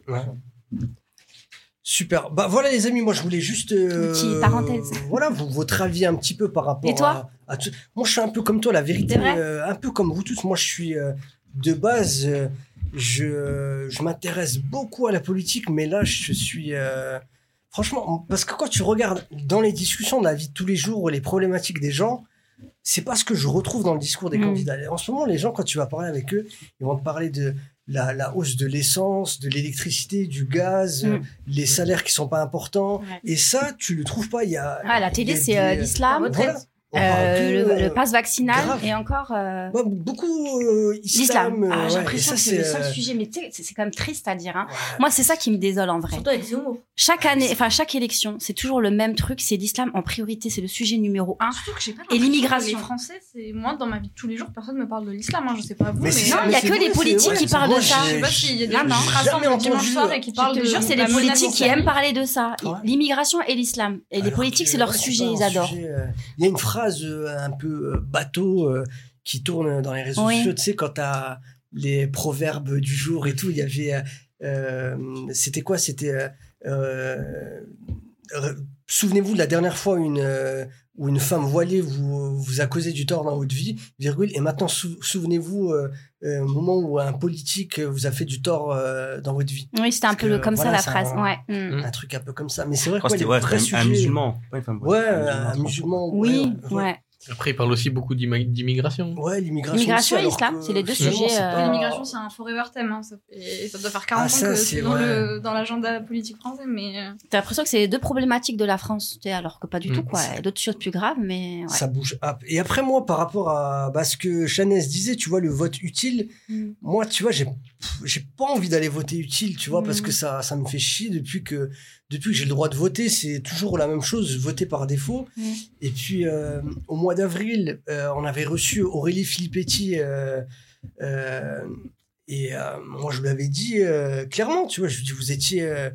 Super. Bah voilà les amis, moi je voulais juste. euh,
Une petite parenthèse.
Voilà vous- votre avis un petit peu par rapport.
Et toi
à, à tout- Moi je suis un peu comme toi, la vérité.
C'est vrai
euh, un peu comme vous tous. Moi je suis euh, de base, euh, je, je m'intéresse beaucoup à la politique, mais là je suis. euh, franchement, parce que quand tu regardes dans les discussions de la vie de tous les jours, les problématiques des gens. C'est pas ce que je retrouve dans le discours des
Mm.
candidats. En ce moment, les gens, quand tu vas parler avec eux, ils vont te parler de la, la hausse de l'essence, de l'électricité, du gaz,
Mm.
euh, les salaires qui sont pas importants.
Ouais.
Et ça, tu le trouves pas. Il y a.
Ah, la télé,
il y a
c'est
des-
euh, l'islam,
Voilà. On parle
euh,
que,
le,
euh,
le passe vaccinal
grave.
et encore. euh,
bah, beaucoup euh, islam.
L'islam.
euh,
Ah, j'ai
ouais,
l'impression
et ça,
que c'est le seul
euh,
sujet, mais tu sais, c'est c'est quand même triste à dire. hein.
ouais.
Moi, c'est ça qui me désole en vrai.
Surtout avec Zemmour.
Chaque année, enfin chaque élection, c'est toujours le même truc. C'est l'islam en priorité, c'est le sujet numéro un.
Surtout que j'ai pas
Et
l'impression que
l'immigration.
Les Français, c'est moi dans ma vie de tous les jours, personne ne me parle de l'islam. hein, je sais pas vous,
Mais
mais,
c'est
Non,
ça,
il y a
mais
que
c'est
les
vrai,
politiques
c'est- ouais,
qui parlent de
moi,
ça.
Je sais pas s'il y a des
Là,
gens
non.
qui se rassemblent
Jamais
le dimanche
entendu,
soir
euh,
et qui parlent
Je
de.
te jure, c'est
de la
les politiques
menace
qui
islamiste.
aiment parler de ça.
Ouais.
L'immigration et l'islam. Et les
Alors
politiques,
que,
c'est leur
ouais,
sujet,
pas un
ils adorent.
sujet, euh, Il y a une phrase euh, un peu euh, bateau euh, qui tourne dans les réseaux
Oui.
sociaux. Tu sais, quand t'as les proverbes du jour et tout, il y avait. euh, euh, C'était quoi C'était. euh, euh, re- Souvenez-vous de la dernière fois une, euh, où une femme voilée vous, vous a causé du tort dans votre vie, virgule, et maintenant sou- souvenez-vous euh, euh, moment où un politique vous a fait du tort euh, dans votre vie.
Oui, c'était un
Parce
peu
que
le- comme
voilà, ça-
ça la phrase. Ouais. mm.
Mm.
Un truc un peu comme ça. Mais c'est vrai
Mmh. Je
que
crois que
ouais,
c'était
les
ouais,
vrais
un, un
sujets-
musulman, pas une femme.
Ouais,
un
un
musulman, je crois.
musulman.
Oui,
ouais,
ouais.
Après, il parle aussi beaucoup d'immi- d'immigration.
Ouais, l'immigration.
L'immigration
aussi,
et
alors
l'islam,
que
c'est les deux
finalement,
sujets,
c'est
euh,
pas-
L'immigration, c'est un forever theme. hein, ça- et ça doit faire 40
Ah, ça,
ans que
c'est
c'est dans
vrai.
le- dans l'agenda politique français. Mais euh,
T'as l'impression que c'est les deux problématiques de la France, tu sais, alors que pas du
Mm.
tout, quoi. Il y a d'autres choses plus graves, mais ouais.
Hmm. Ça bouge. up. Et après, moi, par rapport à bah, ce que Chanès disait, tu vois, le vote utile,
Mm.
moi, tu vois, j'ai pff, j'ai pas envie d'aller voter utile, tu vois, parce
Mm.
que ça, ça me fait chier depuis que, depuis que j'ai le droit de voter. C'est toujours la même chose, voter par défaut.
Mm.
Et puis, euh, au mois d'avril, euh, on avait reçu Aurélie Filippetti. euh, euh, et euh, moi, je lui avais dit euh, clairement, tu vois, je lui dis, vous étiez euh,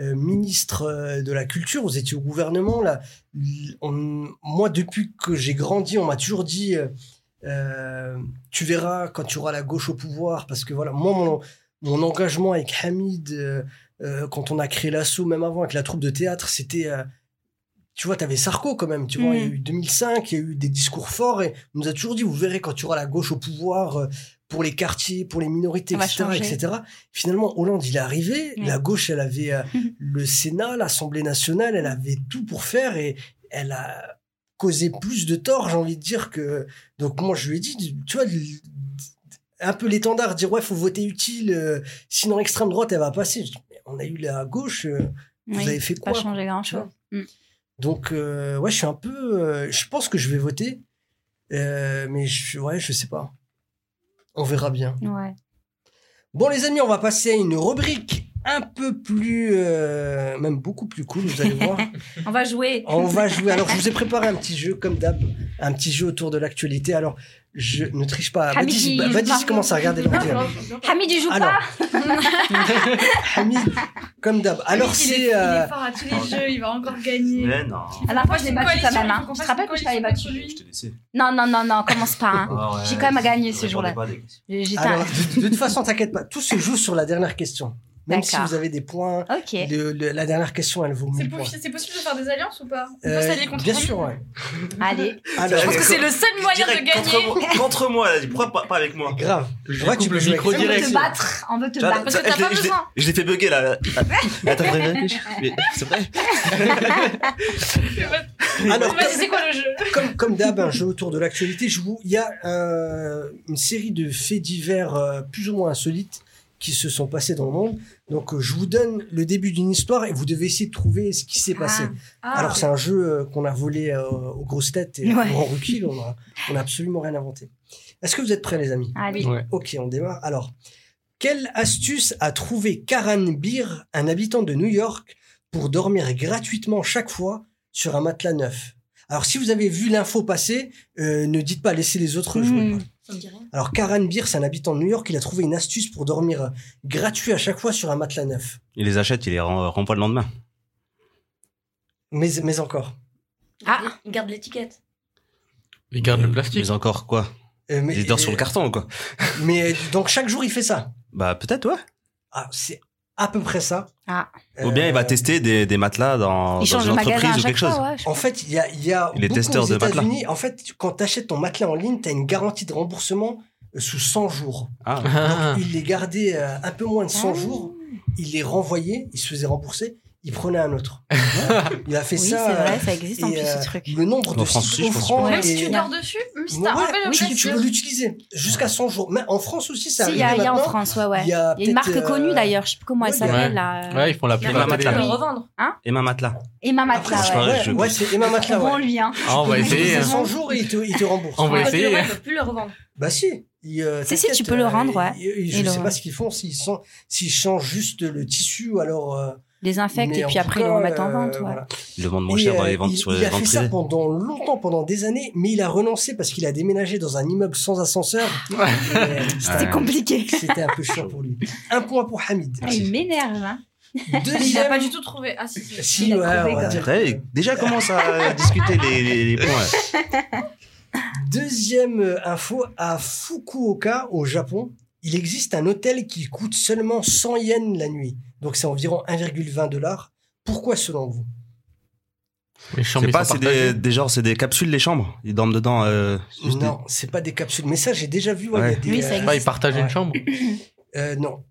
euh, ministre euh, de la culture, vous étiez au gouvernement. Là, L- on- moi, depuis que j'ai grandi, on m'a toujours dit, euh, euh, tu verras quand tu auras la gauche au pouvoir, parce que voilà, moi, mon, mon engagement avec Hamid, euh, euh, quand on a créé l'assaut, même avant avec la troupe de théâtre, c'était... euh, tu vois, t'avais Sarko quand même, tu vois, il y a
Mm.
eu 2005, il y a eu des discours forts et on nous a toujours dit, vous verrez quand tu auras la gauche au pouvoir, euh, pour les quartiers, pour les minorités,
Ça va
etc.,
changer.
etc. Finalement, Hollande, il est arrivé.
Ouais.
La gauche, elle avait euh, le Sénat, l'Assemblée nationale, elle avait tout pour faire et elle a causé plus de tort, j'ai envie de dire que. Donc moi, je lui ai dit, tu vois, un peu l'étendard, dire ouais, faut voter utile, euh, sinon extrême droite, elle va passer. Je dis, mais on a eu la gauche, euh, vous
Oui,
avez fait
pas
quoi
changer grand
tu vois
chose.
donc, euh, ouais, je suis un peu. euh, je pense que je vais voter, euh, mais je, ouais, je sais pas. On verra bien.
Ouais.
Bon, les amis, on va passer à une rubrique un peu plus. euh, même beaucoup plus cool, vous allez voir.
On va jouer.
on va jouer. Alors, je vous ai préparé un petit jeu, comme d'hab, un petit jeu autour de l'actualité. Alors, je ne triche pas. Badis,
Hamidi,
Ba-
je
Badis
parle.
commence à regarder l'ordinateur.
Hamid, il joue
Alors,
pas
Hamid, comme d'hab. Alors,
il est-
c'est.
il est
euh,
fort à tous les jeux, il va encore gagner.
Mais non.
À la fois, je l'ai
Une
battu quand
coalition,
même.
il faut
Hein. Tu
qu'on
te
fasse
rappelles
une
que je t'avais
coalition
battu
contre lui
Je Ah t'ai laissé.
Non, non, non, non, commence pas. hein. J'ai quand même gagné ce jour-là. J'ai- J'étais
alors,
un-
de, de toute façon, t'inquiète pas. Tout se joue sur la dernière question. Même si
D'accord.
vous avez des points.
Ok.
Le- le- la dernière question, elle vaut
C'est
1000
pou-
points.
c'est possible de faire des alliances ou pas On peut
Euh,
s'allier contre
bien
lui
sûr, ouais.
Allez.
Alors,
Je pense que c'est le seul moyen de
Direct, contre
gagner.
moi- Contre moi, elle a dit, pourquoi pas, pas avec moi
grave.
Je
Ouais,
coupe
tu peux
le
jouer
micro
On veut
avec-
direct.
te battre. On veut te
Genre,
battre.
parce que t'as
je l'ai-
pas
je l'ai-
besoin.
Je l'ai fait bugger là. Attends, mais c'est vrai
Alors,
Vas-y, c'est quoi le jeu
comme, comme d'hab, un jeu autour de l'actualité, je vous- il y a euh, une série de faits divers euh, plus ou moins insolites qui se sont passés dans le monde. Donc, euh, je vous donne le début d'une histoire et vous devez essayer de trouver ce qui s'est passé.
Ah.
Alors, c'est un jeu euh, qu'on a volé euh, aux grosses têtes et
Ouais.
en rookie, on a, on a absolument rien inventé. Est-ce que vous êtes prêts, les amis
Allez.
Ouais.
Ok, on démarre. Alors, quelle astuce a trouvé Karan Beer, un habitant de New York, pour dormir gratuitement chaque fois sur un matelas neuf Alors, si vous avez vu l'info passer, euh, ne dites pas laissez les autres jouer.
Mm.
quoi.
Ça me dit rien.
Alors, Karan Beer, c'est un habitant de New York, il a trouvé une astuce pour dormir gratuit à chaque fois sur un matelas neuf.
Il les achète, il les rend- renvoie le lendemain.
Mais, mais encore.
Ah.
Il garde l'étiquette.
Il garde le plastique.
Euh, Mais encore quoi
Euh, mais,
Il dort sur le carton ou quoi
Mais euh, donc, chaque jour, il fait ça.
Bah peut-être ouais.
Ah, c'est à peu près ça.
Ah.
Ou bien il va
Euh,
tester des, des matelas dans,
Il
dans
change
une
de magasin
entreprise
à
ou quelque
chaque
chose.
fois. Ouais. je-
En fait, il y a, il y a
Il est
beaucoup
testeur
aux
de matelas.
États-Unis. En fait, tu- quand tu achètes ton matelas en ligne, tu as une garantie de remboursement euh, sous 100 jours.
Ah,
Ah.
Il les gardait euh, un peu moins de 100
Ah.
jours, il les renvoyait, il se faisait rembourser, il prenait un autre. Voilà. il a fait
Oui, c'est
ça.
vrai,
euh,
ça existe en
et,
plus ce
euh,
truc.
le nombre de
En France
sites
aussi, je pense.
offrants
Même si
est-
tu dors dessus, même si
Ouais,
t'as enlevé le
tu-
plastique.
tu peux l'utiliser jusqu'à 100 jours. Mais en France aussi, ça
Si, il y,
arrive
a- il y a en
maintenant.
France, ouais, ouais.
Il y a,
Il y a une marque
peut-être, euh,
connue d'ailleurs, je sais plus comment elle
ouais,
s'appelle
ouais.
là.
Ouais, ils font la
Il y
pub
a
Emma
à
un
la
truc à
Matelas.
télé.
le revendre.
et ma matelas.
Emma
Après,
Matla,
je
ouais.
parlais-
ouais,
je-
ouais, c'est Emma Matla.
Bon
ouais.
lui, hein.
Ah, on va
Il
essayer.
fait
hein.
100 jours et il te, il te rembourse.
On va
Parce que le
essayer.
roi,
hein.
il peut plus le revendre.
Bah si. Il, euh,
Si, si,
t'inquiète,
tu peux le
euh,
rendre, ouais.
il- il- je
Et
ne
le
sais pas
rendre.
ce qu'ils font, s'ils sont- s'ils changent juste le tissu, ou alors. euh,
Désinfecte
mais
et
en
puis
tout
après ils le
cas,
remettent en
euh,
vente. ouais.
voilà.
Il le vend moins
Et,
cher dans
euh,
les ventes
il-
sur
Il
les
a fait
ventes
ça
privées.
pendant longtemps, pendant des années, mais il a renoncé parce qu'il a déménagé dans un immeuble sans ascenseur. Et, euh,
C'était
Ouais.
compliqué.
C'était un peu chiant pour lui. Un point pour Hamid.
Ah, il m'énerve. Hein.
Deuxième.
Mais il a pas du tout trouvé. Ah si, si.
Si,
Il a
ouais,
trouvé,
on va
quoi.
dire.
Après, il- déjà commence à discuter les, les- les points. là.
Deuxième euh, info, à Fukuoka, au Japon, il existe un hôtel qui coûte seulement 100 yens la nuit. Donc c'est environ 1,20 dollars. Pourquoi selon vous
Les chambres,
C'est
ils
pas,
sont
c'est
partagées.
des, des genres, c'est des capsules les chambres. Ils dorment dedans. euh, juste
Non, c'est pas des capsules. Mais ça, j'ai déjà vu. ouais,
Ouais.
il y a des,
Oui, ça
euh,
C'est pas, ils partagent
Ouais.
une chambre.
euh, non.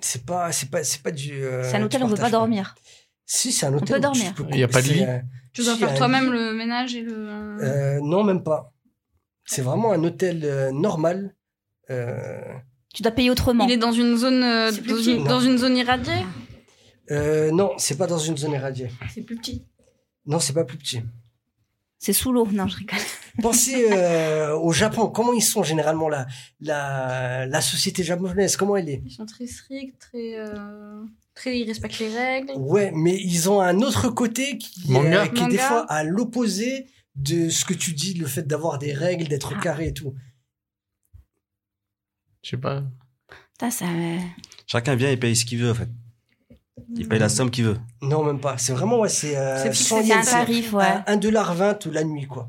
C'est pas, euh, c'est pas, c'est pas du. euh,
C'est un hôtel,
tu
on ne veut
partages
pas dormir.
Si, c'est un hôtel.
peut
où tu
dormir.
peux
Il y a
couper,
pas de
c'est,
lit
euh,
Tu dois
si,
faire
un
toi-même
lit.
le ménage et le.
Euh, Non, même pas. C'est vraiment un hôtel euh, normal. Euh,
Tu dois payer autrement.
Il est dans une zone, euh,
C'est plus
dans,
petit,
une,
non
dans une zone irradiée.
euh, non, c'est pas dans une zone irradiée.
C'est plus petit.
Non, c'est pas plus petit.
C'est sous l'eau. Non, je rigole.
Pensez euh, au Japon. Comment ils sont généralement la, la, la société japonaise Comment elle est
Ils sont très stricts, très, euh, très, ils respectent les règles.
Ouais, mais ils ont un autre côté qui,
Manga.
euh, qui est des
Manga.
fois à l'opposé de ce que tu dis, le fait d'avoir des règles, d'être
Ah.
carré et tout.
Je sais pas.
Putain, ça. euh,
Chacun vient et paye ce qu'il veut, en fait. Il paye la somme qu'il veut.
Non, même pas. C'est vraiment, ouais, c'est euh,
C'est fixé,
100
C'est un
yens, c'est
tarif, ouais.
un- 1,20$ la nuit, quoi.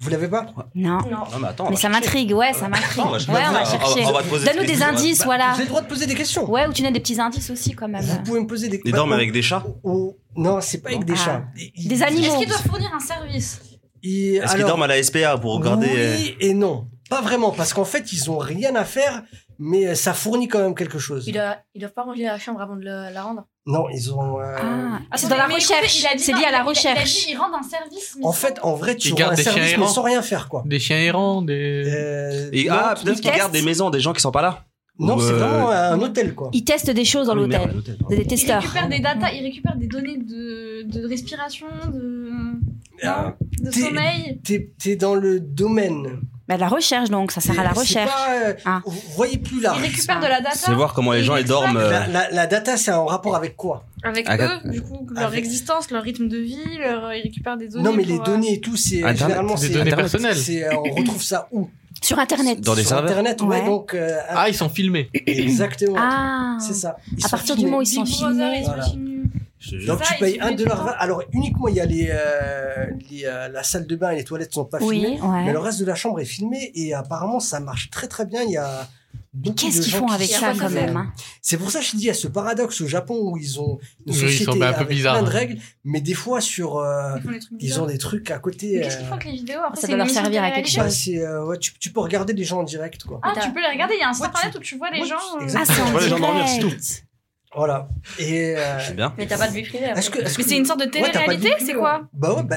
Vous l'avez pas
Non.
Non.
Non, mais attends. on
Mais
va
ça
chercher.
m'intrigue, ouais, ça m'intrigue.
Attends,
Ouais, on
chercher.
va chercher.
on va te poser
Donne-nous
des
des
questions.
indices, voilà.
J'ai le droit de poser des questions.
Ouais, bah, ou tu donnes des petits indices aussi, quand même.
Vous pouvez me poser des
Ils
questions.
dorment avec des chats
Non, c'est pas avec des
Ah.
chats.
Des animaux.
Est-ce qu'ils doivent fournir un service
Ils-
Est-ce qu'ils
alors,
dorment à la SPA pour regarder euh,
Oui et non. Pas vraiment, parce qu'en fait, ils ont rien à faire, mais euh, ça fournit quand même quelque chose.
Il a, ils doivent pas ranger la chambre avant de la, la rendre.
Non, ils ont. euh,
Ah, c'est
Attendez,
dans la
mais écoutez,
recherche.
il a dit
C'est
non,
lié à la
il a- Il a
recherche.
dit, ils rendent un service. mais
En
sans-
fait, en vrai, tu
Ils
rends
gardent
un
des chiens
service, mais
errants.
sans rien faire, quoi.
Des chiens errants, des.
Euh,
et-
non,
Ah,
tu-
peut-être qu'ils
testent.
gardent des maisons des gens qui sont pas là.
non,
ou,
c'est
euh,
vraiment un hôtel, quoi.
Ils testent des choses dans
Ah oui, merde,
l'hôtel.
l'hôtel,
Des
pardon.
des
Ils
testeurs.
récupèrent des data, ils récupèrent des données de, de respiration, de,
Euh,
non, de
t'es-
sommeil.
T'es t'es dans le domaine.
Bah, de la recherche, donc, ça sert à la
C'est
recherche.
pas, euh,
Ah.
Vous voyez plus
Ils
là.
récupèrent de la data.
C'est voir comment les gens ils dorment. euh,
Bah,
La, la- la data, c'est en rapport avec quoi
Avec
Agathe-
eux, du coup, leur
Avec-
existence, leur rythme de vie, leur... ils récupèrent des données.
Non, mais les
pour, euh,
données et tout, c'est
Internet,
généralement
des
c'est-
données
Internet,
personnelles.
c'est- euh, on retrouve ça où
Sur Internet.
Dans des
Sur
serveurs
Internet, ouais.
Ouais.
Donc euh,
Ah, ils sont filmés.
exactement.
Ah.
C'est ça. Ils
À
sont
partir du
filmés.
moment où ils
Big
sont
Brother,
filmés.
ils
Voilà.
sont filmés.
je te jure.
Donc
Ça,
tu
ils
payes
sont filmés
1,20$.
dedans.
Alors uniquement il y a les, euh, les, euh, la salle de bain et les toilettes sont pas filmées,
Oui,
mais
ouais.
le reste de la chambre est filmé et apparemment ça marche très très bien. Il y a beaucoup
Qu'est-ce
de
qu'ils
gens
font
qui
avec
sont-
ça,
savent
quand
faire.
même hein
C'est pour ça que je te dis, il y a ce paradoxe au Japon où ils ont une
Oui, ils
société
sont ben, un peu
avec
bizarres. hein.
plein de règles, mais des fois sur euh,
Ils font des trucs
ils
bizarres.
ont des trucs à
Mais
côté.
Qu'est-ce qu'ils font
euh,
avec les vidéos
Ça
Après, c'est
doit
une
leur
émission
servir à
de
quelque
réalité.
bah, c'est, euh, ouais, tu, tu peux regarder les gens en direct quoi.
Ah, tu peux les regarder, il y a un site
Ouais, tu-
internet où tu vois les
ouais,
gens.
tu-
euh,
exactement.
Ah, c'est
Tu vois les gens dormir, c'est
en
tout.
direct.
Voilà. Et euh,
C'est bien.
Mais t'as pas de vie privée. après.
est-ce que est-ce
Mais
que-
c'est une sorte de
Ouais, t'as pas de vie
télé-réalité,
privée,
c'est
ouais.
quoi
Bah ouais, bah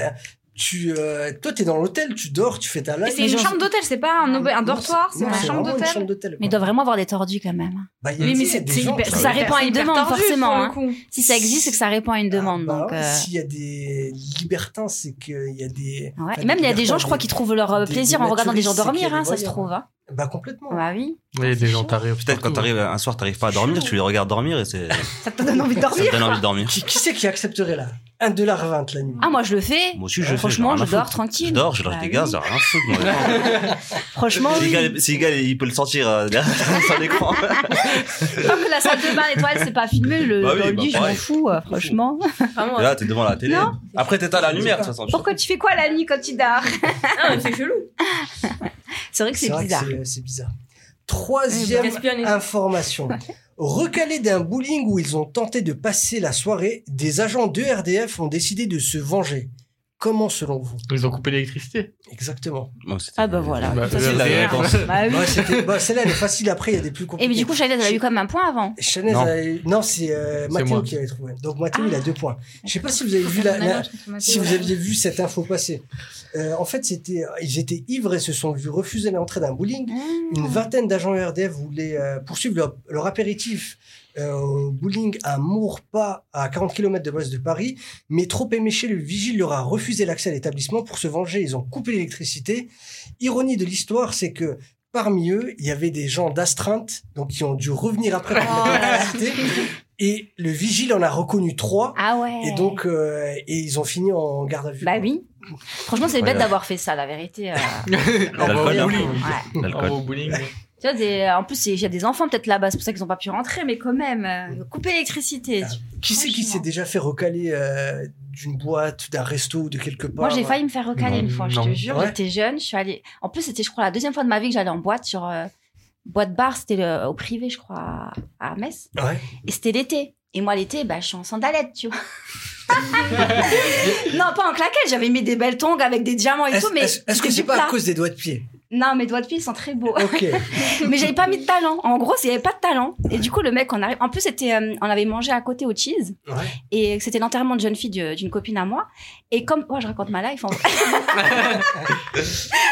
tu euh, toi t'es dans l'hôtel, tu dors, tu fais ta
Et
live.
C'est une
gens-
chambre d'hôtel, c'est pas un, ob- un
Non,
dortoir, c'est
non,
une
c'est
chambre
vraiment une
d'hôtel.
d'hôtel,
Mais ils
quoi.
doivent vraiment avoir des tordus, quand même.
Bah, il y a-
Mais, mais
tu sais,
c'est
des
c'est
gens
hyper,
qui-
Ça répond à une
hyper
demande,
tordu,
forcément,
pour le
hein.
coup.
Si ça existe, c'est que ça répond à une demande.
Ah, bah
donc,
ouais,
euh,
S'il y a des libertins, c'est qu'il y a des.
ouais.
enfin,
Et même, il y a
libertins,
des gens, je crois, qui trouvent leur euh,
des-
plaisir
des
en regardant des gens
naturistes, c'est qu'il
dormir,
y a
hein,
des
ça se
voyants.
trouve. hein.
Bah complètement.
Bah oui.
Et des gens tarés.
Peut-être quand t'arrives un soir, t'arrives pas à dormir, tu les regardes dormir et c'est.
Ça te donne envie de
Ça te donne envie de dormir.
Qui, qui c'est qui accepterait là 1,20$ la nuit.
Ah, moi, je le fais.
Moi aussi, je fais,
Franchement,
j'ai rien
je
à
dors
foutre.
tranquille.
Je dors, je lâche
Bah
des
oui.
gaz, j'ai rien à foutre, moi.
Franchement,
Si le
oui.
gars- si le gars, il peut le sentir euh, derrière son écran.
Tant que la salle de bain, les toilettes, c'est pas filmé, le,
Bah oui,
dans le
bah
lit, je m'en
pareil.
fous, euh, franchement.
Vraiment,
Et Là, t'es devant la télé.
Non.
Après, t'éteins la lumière, de toute façon.
Pourquoi tu fais quoi la nuit quand tu dors
Ah, mais c'est chelou.
C'est vrai que c'est
vrai
bizarre.
que c'est- c'est bizarre. Troisième
Espionner.
information. Recalés d'un bowling où ils ont tenté de passer la soirée, des agents de RDF ont décidé de se venger. Comment selon vous
hein. Ils ont coupé l'électricité.
Exactement.
Bon, c'était-
Ah bah voilà.
Bah,
Ça, c'est
la
bizarre.
réponse.
Bah oui.
Ouais, c'était- bah, Celle-là, elle est facile. Après, il y a des plus compliquées.
Et mais du coup, Shaila, elle a eu quand même un point avant.
Chanel,
Non.
elle- non, c'est euh,
C'est
Mathéo
moi.
qui l'avait trouvé. Donc Mathéo, il a
Ah.
deux points. Je sais pas si vous avez vu la, la- si vous aviez vu cette info passer. Euh, en fait, c'était ils étaient ivres et se sont vus refuser l'entrée d'un bowling. Une vingtaine d'agents RDF voulaient euh, poursuivre leur, leur apéritif euh, au bowling à Mourpas, à 40 km de l'ouest de Paris, mais trop éméché, le vigile leur a refusé l'accès à l'établissement pour se venger. Ils ont coupé l'électricité. Ironie de l'histoire, c'est que parmi eux, il y avait des gens d'astreinte, donc qui ont dû revenir après pour
Oh là là.
l'électricité. Et le vigile en a reconnu trois.
Ah ouais.
Et donc, euh, et ils ont fini en garde à vue.
Bah oui. Franchement, c'est bête
Incroyable.
d'avoir fait ça, la vérité. euh,
On va
L'alcool,
au
hein.
bowling.
ouais.
On va
L'alcool.
au bowling.
Tu vois, des- en plus, il y a des enfants peut-être là-bas, c'est pour ça qu'ils ont pas pu rentrer, mais quand même, euh, couper l'électricité.
Ah. Qui c'est qui
Franchement.
s'est déjà fait recaler euh, d'une boîte, d'un resto ou de quelque part euh,
Moi, j'ai failli me faire recaler
Non.
une fois, je
Non.
te jure.
Bah, Ouais.
J'étais jeune, je suis allée. En plus, c'était, je crois, la deuxième fois de ma vie que j'allais en boîte sur. euh, boîte bar, c'était le- au privé, je crois, à- à Metz.
Ouais.
Et c'était l'été. Et moi, l'été, bah, je suis en sandalette, tu vois. non, pas en claquette, j'avais mis des belles tongs avec des diamants et
Est-ce
tout, mais.
est-ce- est-ce que
c'était
c'est
du
pas
plat.
à cause des doigts de pied
Non, mes doigts de pied, ils sont très beaux.
Ok.
Mais j'avais pas mis de talent. En gros, il n'y avait pas de talent. Et du coup, le mec, on arrive. En plus, c'était, euh, on avait mangé à côté au cheese.
Ouais.
Et c'était l'enterrement de jeune fille de- d'une copine à moi. Et comme. Oh, je raconte ma life en vrai.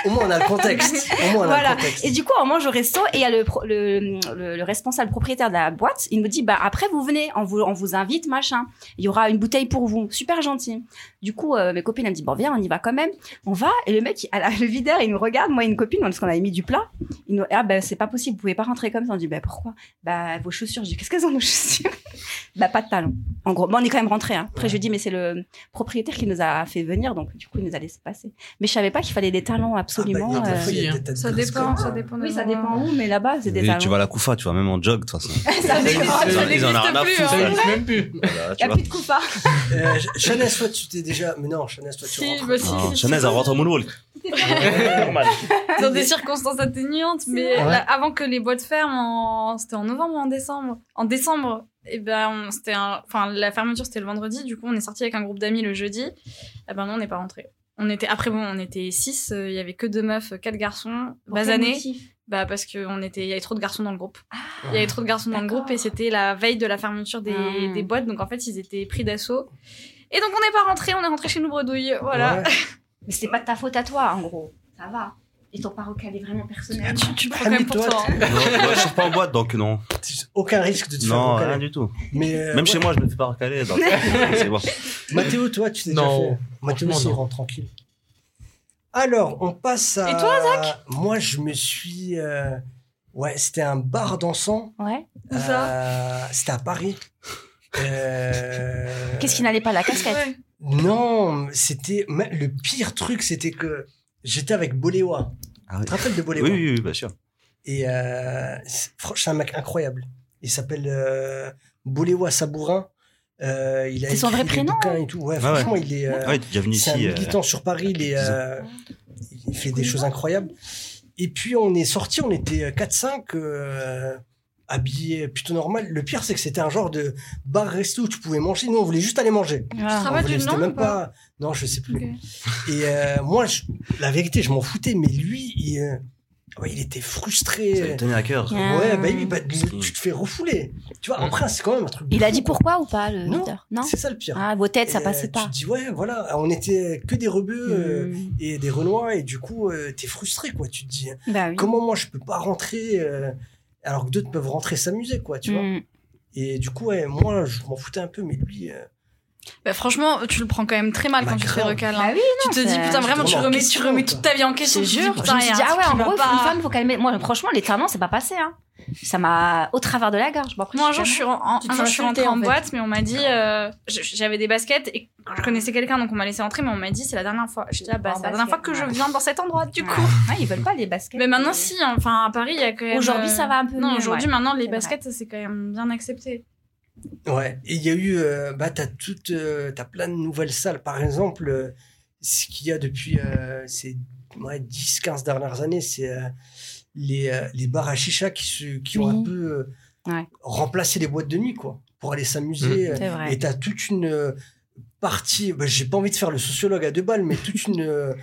Au moins, on a le contexte. Au moins, on a
Voilà.
le contexte.
Et du coup, on mange au resto. Et il y a le, pro- le, le- le responsable propriétaire de la boîte. Il nous dit Bah, après, vous venez. On vous, on vous invite, machin. Il y aura une bouteille pour vous. Super gentil. Du coup, euh, mes copines, elles me disent Bon, viens, on y va quand même. On va. Et le mec, il- à la- le videur, il nous regarde. Moi et une copine, parce qu'on avait mis du plat. Il nous Ah, ben, c'est pas possible. Vous pouvez pas rentrer comme ça. On dit Bah, pourquoi Bah, vos chaussures. Je dis Qu'est-ce qu'elles ont, nos chaussures Bah, pas de talons. En gros, bon, on est quand même rentré. Hein. Après, je dis, mais c'est le propriétaire qui nous a fait venir, donc du coup, il nous a laissé passer. Mais je savais pas qu'il fallait des talents absolument.
Ah, bah, il y a des
euh,
fois, il y a
euh,
des têtes
Ça
grises
dépend,
comme
ça dépend.
Oui, ça dépend où, mais là-bas, c'est des
Et
talents.
tu vas à la Koufa, tu vois, même en jog, de toute façon.
ça
n'existe-
dépend.
ça
Il
n'existe
plus,
Ça
hein.
existe même plus.
Voilà,
n'y
tu
a
vois.
plus de coupa.
Euh, Ch- Chanès, toi, tu t'es déjà. Mais non, Chanès, toi, tu
Si,
rentres.
bah si.
Non, Chanel, elle rentre en moonwalk. Normal.
dans des circonstances atténuantes, mais
vrai.
là, avant que les boîtes ferment, en- c'était en novembre ou en décembre En décembre, et ben, on- c'était un- enfin, la fermeture c'était le vendredi, du coup on est sorti avec un groupe d'amis le jeudi, et ben non, on n'est pas rentré. On était, après bon, on était 6, il y avait que deux meufs, euh, quatre garçons, basanés, bah parce que on était, il y avait trop de garçons dans le groupe. Il y avait trop de garçons dans le
Ah. D'accord.
groupe et c'était la veille de la fermeture des,
Ah.
des boîtes, donc en fait ils étaient pris d'assaut. Et donc on n'est pas rentré, on est rentré chez nous bredouille, voilà.
Ouais.
Mais c'est pas de ta faute à toi, en gros. Ça va. Ils t'ont pas recalé vraiment personnellement.
Tu, tu le prends quand même pour
Amuse-toi,
toi. hein.
Non, moi, je sors pas en boîte, donc non.
Tu- Aucun risque de te faire
Non,
recaler.
rien du tout.
Mais euh, ouais.
Même chez moi, je me fais pas recaler. donc C'est bon.
Mathéo, toi, tu t'es déjà
Non,
fait. Mathéo
franchement,
aussi, il
non.
rentre tranquille. Alors, on passe à.
Et toi,
Zach Moi, je me suis. euh, Ouais, c'était un bar dansant.
Ouais.
Où
Euh, C'était à Paris. Euh,
Qu'est-ce qui n'allait pas la casquette
Ouais.
Non, c'était. mais Le pire truc, c'était que j'étais avec Boléwa.
Ah
Tu
oui.
te rappelles de
Oui,
Boléwa
oui, oui, bien sûr.
Et euh, c'est franch- c'est un mec incroyable. Il s'appelle euh, Boléwa Sabourin. Euh, il a
C'est son
écrit
vrai
des
prénom hein
bouquins et tout. Ouais,
Ah ouais.
franchement, il est. euh,
Ouais, t'es déjà venu
c'est un
ici. euh,
militant sur Paris. Il, est,
dix ans.
euh, il fait des choses incroyables. Et puis, on est sorti, on était 4-5, euh, habillés plutôt normal. Le pire, c'est que c'était un genre de bar-resto où tu pouvais manger. Nous, on voulait juste aller manger.
Ah
On
ouais,
voulait-
du
c'était
nom,
même
ou pas
pas... Non, je sais plus.
Ok.
Et euh, moi, je- la vérité, je m'en foutais, mais lui, il, euh, ouais, il était frustré.
Ça lui tenait à cœur.
Yeah.
Ouais, bah
Ah.
oui, bah, tu te fais refouler. Tu vois, après, c'est quand même un truc. de
Il a
fou,
dit
quoi.
pourquoi ou pas, le
Non.
leader Non.
C'est ça le pire.
Ah, vos têtes, ça
Et,
passait
euh,
pas.
Tu te dis, ouais, voilà, on était que des rebeux
Mm.
euh,
Hmm.
et des renois, et du coup, euh, t'es frustré, quoi. Tu te dis, hein.
Bah oui.
comment moi je peux pas rentrer euh, alors que d'autres peuvent rentrer s'amuser, quoi, tu vois.
Hmm.
Et du coup, ouais, moi, je m'en foutais un peu, mais lui. euh,
Bah, franchement, tu le prends quand même très mal
Bah,
quand tu te fais
grave.
recal. hein.
Bah oui,
tu te
non,
dis
c'est-
putain vraiment
te
tu
remets en
remets, tu
question,
remets
quoi.
toute ta vie en question.
Je te
tu te dis,
jure, je
putain,
me suis
y a
dit,
un
ah ouais,
truc
en
qui va
gros,
pas.
une femme, faut calmer. Moi, franchement, les talents, c'est pas passé, hein. Ça m'a au travers de la gorge. Bon, après,
Moi un jour je suis, en- en-
Tu te
un jour,
sens
je suis
insultée,
rentrée en,
en fait.
boîte mais on m'a dit euh, je- j'avais des baskets et je connaissais quelqu'un donc on m'a laissé entrer mais on m'a dit c'est la dernière fois. Je dis ah bah
En
c'est la dernière fois
basket,
que je
ouais.
viens dans cet endroit du
Ouais.
coup.
Ah. Ouais, ils veulent pas les baskets.
Mais maintenant
Et-
si hein. enfin à Paris il y a quand même.
Aujourd'hui,
euh,
ça va un peu
Non
mieux,
aujourd'hui
ouais.
maintenant les
C'est vrai.
baskets ça, c'est quand même bien accepté.
Ouais, et il y a eu, euh, bah, t'as toute, euh, t'as plein de nouvelles salles. Par exemple, euh, ce qu'il y a depuis euh, ces ouais, 10, 15 dernières années, c'est euh, les, euh, les bars à chicha qui, se, qui ont
Oui.
un peu euh,
Ouais.
remplacé les boîtes de nuit, quoi, pour aller s'amuser. euh,
C'est vrai.
Et t'as toute une euh, partie, bah, j'ai pas envie de faire le sociologue à deux balles, mais toute une, euh,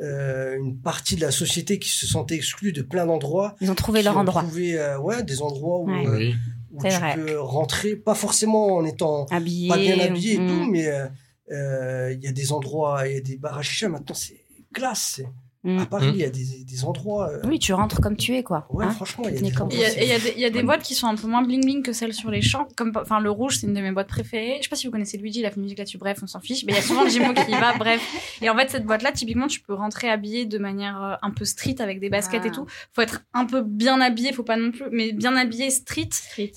euh, une partie de la société qui se sentait exclue de plein d'endroits.
Ils ont trouvé leur
qui ont
endroit.
trouvé, euh, ouais, des endroits où,
Ouais.
euh,
Oui.
où
C'est
tu
vrai.
peux rentrer, pas forcément en étant
Habillés.
pas bien habillé et
mm.
tout, mais euh, euh, il y a des endroits, il y a des bars à chicha, maintenant c'est classe. c'est-
Mm.
À Paris,
Mm.
il y a des, des endroits. euh,
Oui, tu rentres comme tu es, quoi.
ouais,
Hein
franchement, il y a
Tenez
des
comme
endroits,
Il y a,
c'est-
et il y a des, il y a des
Ouais.
boîtes qui sont un peu moins bling bling que celles sur les champs. Comme, enfin, le rouge, c'est une de mes boîtes préférées. Je sais pas si vous connaissez Luigi, il a fait une musique là-dessus. Bref, on s'en fiche. Mais il y a souvent le Gémeaux qui y va. Bref. Et en fait, cette boîte-là, typiquement, tu peux rentrer habillé de manière euh, un peu street avec des baskets
Ah.
et tout. Faut être un peu bien habillé, faut pas non plus, mais bien habillé street.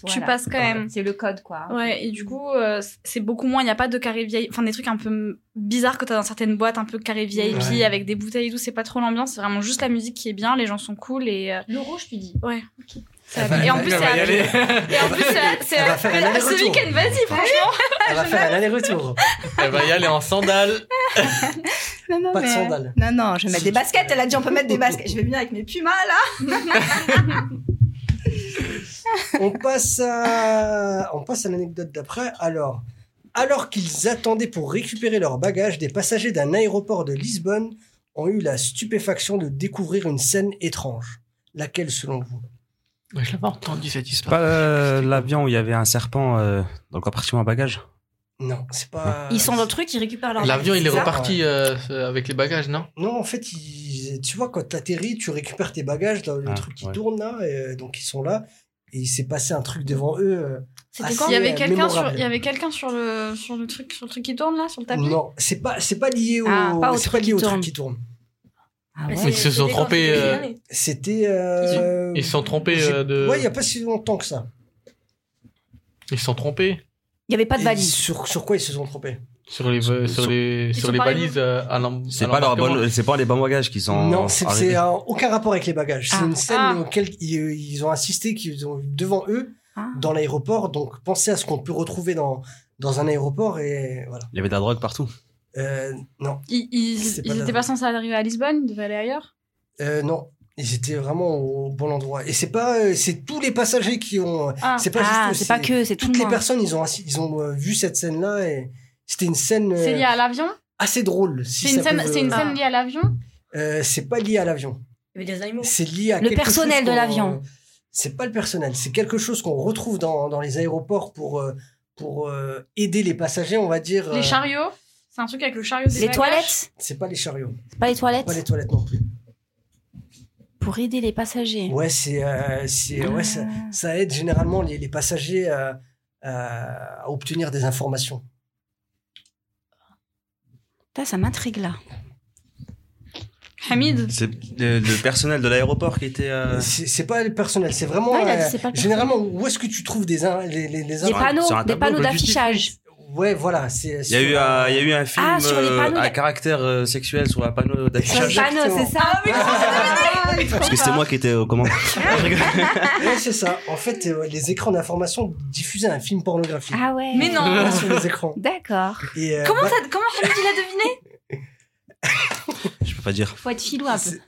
Tu passes quand même.
C'est le code, quoi.
Ouais,
hmm.
et du coup, euh, c- c'est beaucoup moins. Il n'y a pas de carré vieille. Enfin, des trucs un peu m- bizarres que t'as dans certaines boîtes, un peu carré VIP
Ouais.
avec des bouteilles et tout. C'est pas trop l'ambiance. C'est vraiment juste la musique qui est bien. Les gens sont cool et. euh,
Le rouge, tu dis.
Ouais.
Elle va-
Et en
elle
plus,
va
c'est
y
à-
aller.
Et en plus, c'est- c'est
Elle va faire un
ce
aller-retour.
week-end, vas-y, franchement.
Elle Ah, va faire un aller-retour.
Elle va y aller en sandales.
Non, non,
Pas de sandales.
Non, non, je vais mettre des baskets. Elle a dit, on peut mettre des baskets. Je vais venir avec mes pumas, là.
on passe à, on passe à l'anecdote d'après. Alors, alors qu'ils attendaient pour récupérer leurs bagages, des passagers d'un aéroport de Lisbonne ont eu la stupéfaction de découvrir une scène étrange. Laquelle, selon vous
Ouais, Je l'avais entendu cette
C'est
histoire.
pas euh, l'avion où il y avait un serpent euh, dans le compartiment à bagages
Non, c'est pas.
Ils sont dans le truc, ils récupèrent leur.
L'avion, il est
C'est ça,
reparti euh, avec les bagages, non
Non, en fait, ils- tu vois, quand t'atterris, tu récupères tes bagages, dans le
Ah,
truc qui
ouais.
tourne là, et, euh, donc ils sont là, et il s'est passé un truc devant eux. euh,
C'était
Ah,
quand
Il y
si,
avait
euh,
quelqu'un sur,
mémorable.
il y avait quelqu'un sur le, sur le truc, sur le truc qui tourne là, sur le tapis.
Non, c'est pas, c'est pas lié au,
Ah, pas au
c'est
truc
pas lié
qui
au truc
tourne.
qui tourne.
Ah
Bah,
ouais.
Mais ils se
c'était
sont
quand
trompés,
c'était
euh,
dernier.
C'était. euh,
Ils se sont trompés
j'ai-
euh, de.
Ouais, il y a pas si longtemps que ça.
Ils se sont trompés
Il n'y avait pas de
Et
valise.
Sur, sur quoi ils se sont trompés
sur les sur,
Sur-
les
sont
sur les
pas allés-
balises euh, à l'em- à
C'est pas, leur
l'embarquement.
bonne- c'est pas les bons bagages qui sont.
Non, c'est
arrivés.
c'est, euh, aucun rapport avec les bagages. C'est
Ah.
une scène
Ah.
auquel ils, ils ont assisté, qu'ils ont eu devant eux
Ah.
dans l'aéroport. Donc pensez à ce qu'on peut retrouver dans, dans un aéroport et voilà.
Il y avait de la drogue partout.
Euh, non.
Ils, ils,
C'est
ils
pas
étaient
la-
pas censés arriver à Lisbonne, ils devaient aller ailleurs.
Euh, non, ils étaient vraiment au bon endroit. Et c'est pas, euh, c'est tous les passagers qui ont.
Ah.
C'est pas
Ah,
juste. eux,
c'est pas que, c'est tout
Toutes
le
les
monde.
personnes, ils ont, assi- ils ont euh, vu cette scène-là et c'était une scène euh,
C'est lié à l'avion.
assez drôle. si
C'est une
ça
scène,
peut vous-
c'est une
Ah.
scène liée à l'avion.
Euh, c'est pas lié à l'avion.
Il y avait des animaux.
C'est lié à
Le
quelque chose
personnel de
qu'on- euh,
l'avion.
C'est pas le personnel. C'est quelque chose qu'on retrouve dans, dans les aéroports pour euh, pour euh, aider les passagers, on va dire. euh,
Les chariots. C'est un truc avec le chariot des
Les
bagages.
toilettes
C'est pas les chariots.
C'est pas les toilettes
Pas les toilettes non plus.
Pour aider les passagers.
Ouais, c'est euh, c'est ouais ça,
Ah.
ça aide généralement les, les passagers à, à- à obtenir des informations.
Putain, ça m'intrigue là.
Hamid.
C'est le, le personnel de l'aéroport qui était. euh,
C'est c'est pas le personnel, c'est vraiment.
Non, il a dit
euh,
c'est pas le
généralement, où est-ce que tu trouves des in- les, les, les
Des
infos
Sur un- sur
panneaux,
un
des
tableau,
panneaux
pas du tout.
d'affichage.
Ouais, voilà. c'est-
Il y, a eu un, il y a eu un film
Ah, sur les
euh,
panneaux, il y
à
a-
caractère euh, sexuel sur un panneau
Sur les
d'affichage.
panneaux, c'est ça Ah,
Parce que c'était moi qui étais au commande.
Ouais, c'est ça. En fait, euh, les écrans d'information diffusaient un film pornographique.
Ah ouais.
Mais non.
Là, sur les écrans.
D'accord.
Et, euh,
Comment
bah,
ça, comment Hamid il a deviné
Je peux pas dire.
Faut être filou un peu.
c'est-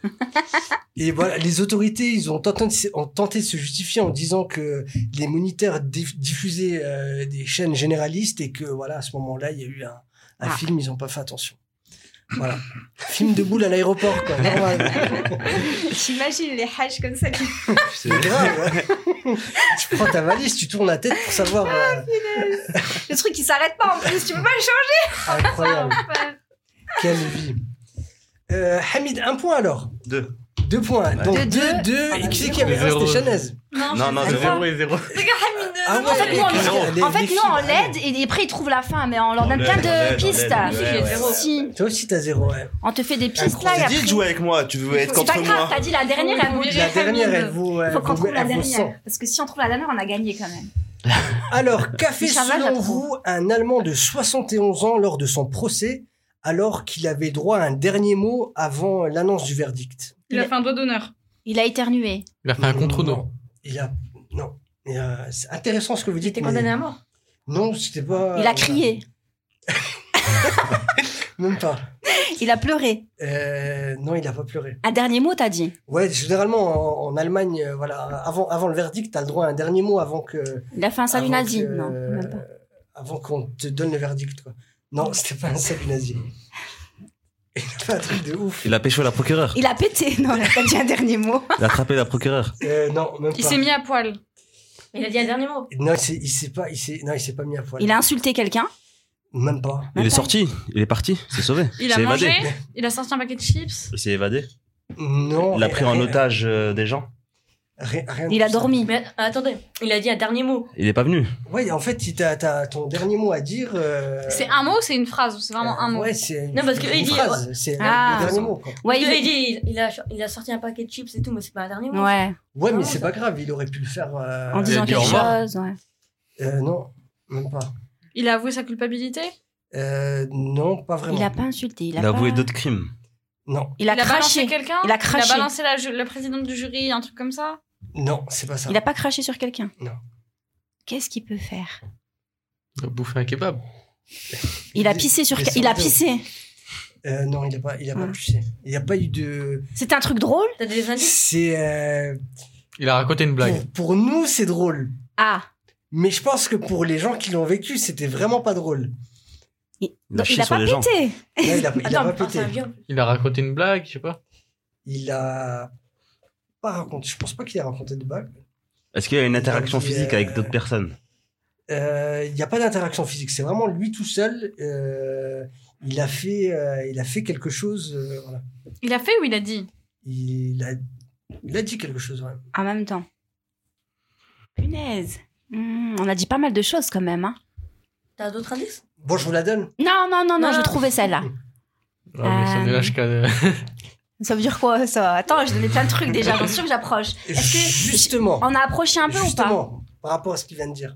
et voilà, les autorités, ils ont tenté, ont tenté de se justifier en disant que les moniteurs diff- diffusaient euh, des chaînes généralistes et que voilà, à ce moment-là, il y a eu un, un
Ah.
film, ils n'ont pas fait attention. Voilà. film de boule à l'aéroport, quoi. Normal.
J'imagine les haches comme ça.
C'est-
C'est grave, ouais. tu prends ta valise, tu tournes la tête pour savoir. euh,
Le truc qui s'arrête pas en plus, tu peux pas le changer.
incroyable. Quelle vie. Euh, Hamid, un point alors.
Deux.
Deux points. Donc
De
deux,
deux.
deux.
Ah,
et
bah,
qui c'est
zéro.
qui avait ça C'était
Zéro.
Chanaise.
Non, non,
De
zéro.
zéro et zéro.
Ah
En fait, nous, on
Zéro.
les- en fait,
Les
nous, on
filles,
l'aide et après, ils trouvent la fin, mais on leur
On
donne
l'aide,
plein
on l'aide,
de
on
pistes. Ah,
l'aide, ouais, ouais.
Si,
Toi aussi, t'as zéro. ouais.
on te fait des pistes là et
J'ai dit de
après.
jouer avec moi, tu veux être
C'est
contre
pas grave,
moi.
t'as dit la dernière, elle vaut mieux.
La dernière, elle vaut, euh,
Faut qu'on
vaut-
trouve la
elle vaut cent.
dernière. Parce que si on trouve la dernière, on a gagné quand même.
Alors, qu'a fait
Richard Valls
selon
apprend.
vous un Allemand de 71 ans lors de son procès alors qu'il avait droit à un dernier mot avant l'annonce du verdict
Il a fait un doigt d'honneur.
Il a éternué.
Il a fait un contre nous.
Non. Il a... Non. Et, euh, c'est intéressant ce que vous
Il
dites.
était
mais-
condamné à mort.
Non, c'était pas...
Il a crié.
Même pas.
Il a pleuré.
Euh, non, il n'a pas pleuré.
Un dernier mot, t'as dit.
Ouais, généralement en, en Allemagne, euh, voilà, avant, avant le verdict, t'as le droit à un dernier mot avant que.
Il a fait un salut
avant
nazi.
que- euh,
Non, même pas.
Avant qu'on te donne le verdict, quoi. Non, c'était pas un salut nazi. Il a fait un truc de ouf.
Il a pêché la procureure.
Il a pété. Non, t'as dit un dernier mot.
Il a attrapé la procureure.
Euh, non, même
Il
pas.
s'est mis à poil.
Il a dit un dernier mot.
Non, il s'est- il s'est pas, il s'est, non, il s'est pas mis à poil.
Il a insulté quelqu'un.
Même pas.
Il
Attends.
est sorti, il est parti, il s'est sauvé.
Il a
s'est
mangé.
évadé.
Il a sorti un paquet de chips.
Il s'est évadé.
Non.
Oh.
Il a
rien-
pris en
rien-
otage euh, des gens.
rien- rien de
Il a
tout ça.
dormi.
Mais euh, attendez, il a dit un dernier mot.
Il est pas venu.
Ouais, en fait, il t'a, t'as ton dernier mot à dire. euh,
C'est un mot ou c'est une phrase ou C'est vraiment un
euh,
mot
Ouais, c'est. une-
Non, parce que
une
il dit-
phrase, C'est
Ah.
le dernier mot, quoi.
Ouais,
il, a
il...
dit, il, il a, il a sorti un paquet de chips et tout, mais c'est pas un dernier mot.
ouais.
Ouais, mais
Non,
c'est
ça-
pas grave, il aurait pu le faire. euh,
Ah, en
dit
disant
au
quelque
revoir.
chose. ouais.
Euh, non, même pas.
Il a avoué sa culpabilité
Euh, non, pas vraiment.
Il a pas insulté. Il
Il
a,
a avoué
pas-
d'autres crimes.
Non,
Il a
balancé
craché.
quelqu'un
Il a craché.
balancé la, ju- la présidente du jury, un truc comme ça
non, c'est pas ça.
Il a pas craché sur quelqu'un.
Non.
Qu'est-ce qu'il peut faire
Il a bouffé un kebab.
Il a pissé sur.
Mais
Il a
surtout-
pissé.
Euh, non, il a pas, il a pas
Ah.
poussé. Il n'y a pas eu de.
C'était un truc drôle.
T'as des indices
C'est euh,
Il a raconté une blague.
pour, pour nous, c'est drôle.
Ah.
Mais je pense que pour les gens qui l'ont vécu, c'était vraiment pas drôle.
Il a
il
chié
a
sur
pas
les gens.
pété.
Là, il a, il a
Attends,
pas
mais ah,
pété.
c'est un viol.
Il a raconté une blague, je sais pas.
Il a pas raconté. Je pense pas qu'il ait raconté de bague.
Est-ce qu'il y a une interaction
Il a dit,
physique
euh,
avec d'autres personnes
Euh, Il n'y a pas d'interaction physique. C'est vraiment lui tout seul. euh, il a fait, euh, il a fait quelque chose. euh, voilà.
Il a fait ou il a dit
Il a, il a dit quelque chose. ouais.
En même temps. Punaise. Hmm, on a dit pas mal de choses quand même. hein.
T'as d'autres indices
Bon, je vous la donne.
Non, non, non, non,
Non.
je trouvais celle-là.
Ah, mais ça
Euh,
me lâche qu'à-
Ça veut dire quoi ça Attends, je donnais plein de trucs déjà, bien sûr que j'approche. Est-ce que
justement,
on a approché un peu ou pas
justement, par rapport à ce qu'il vient de dire.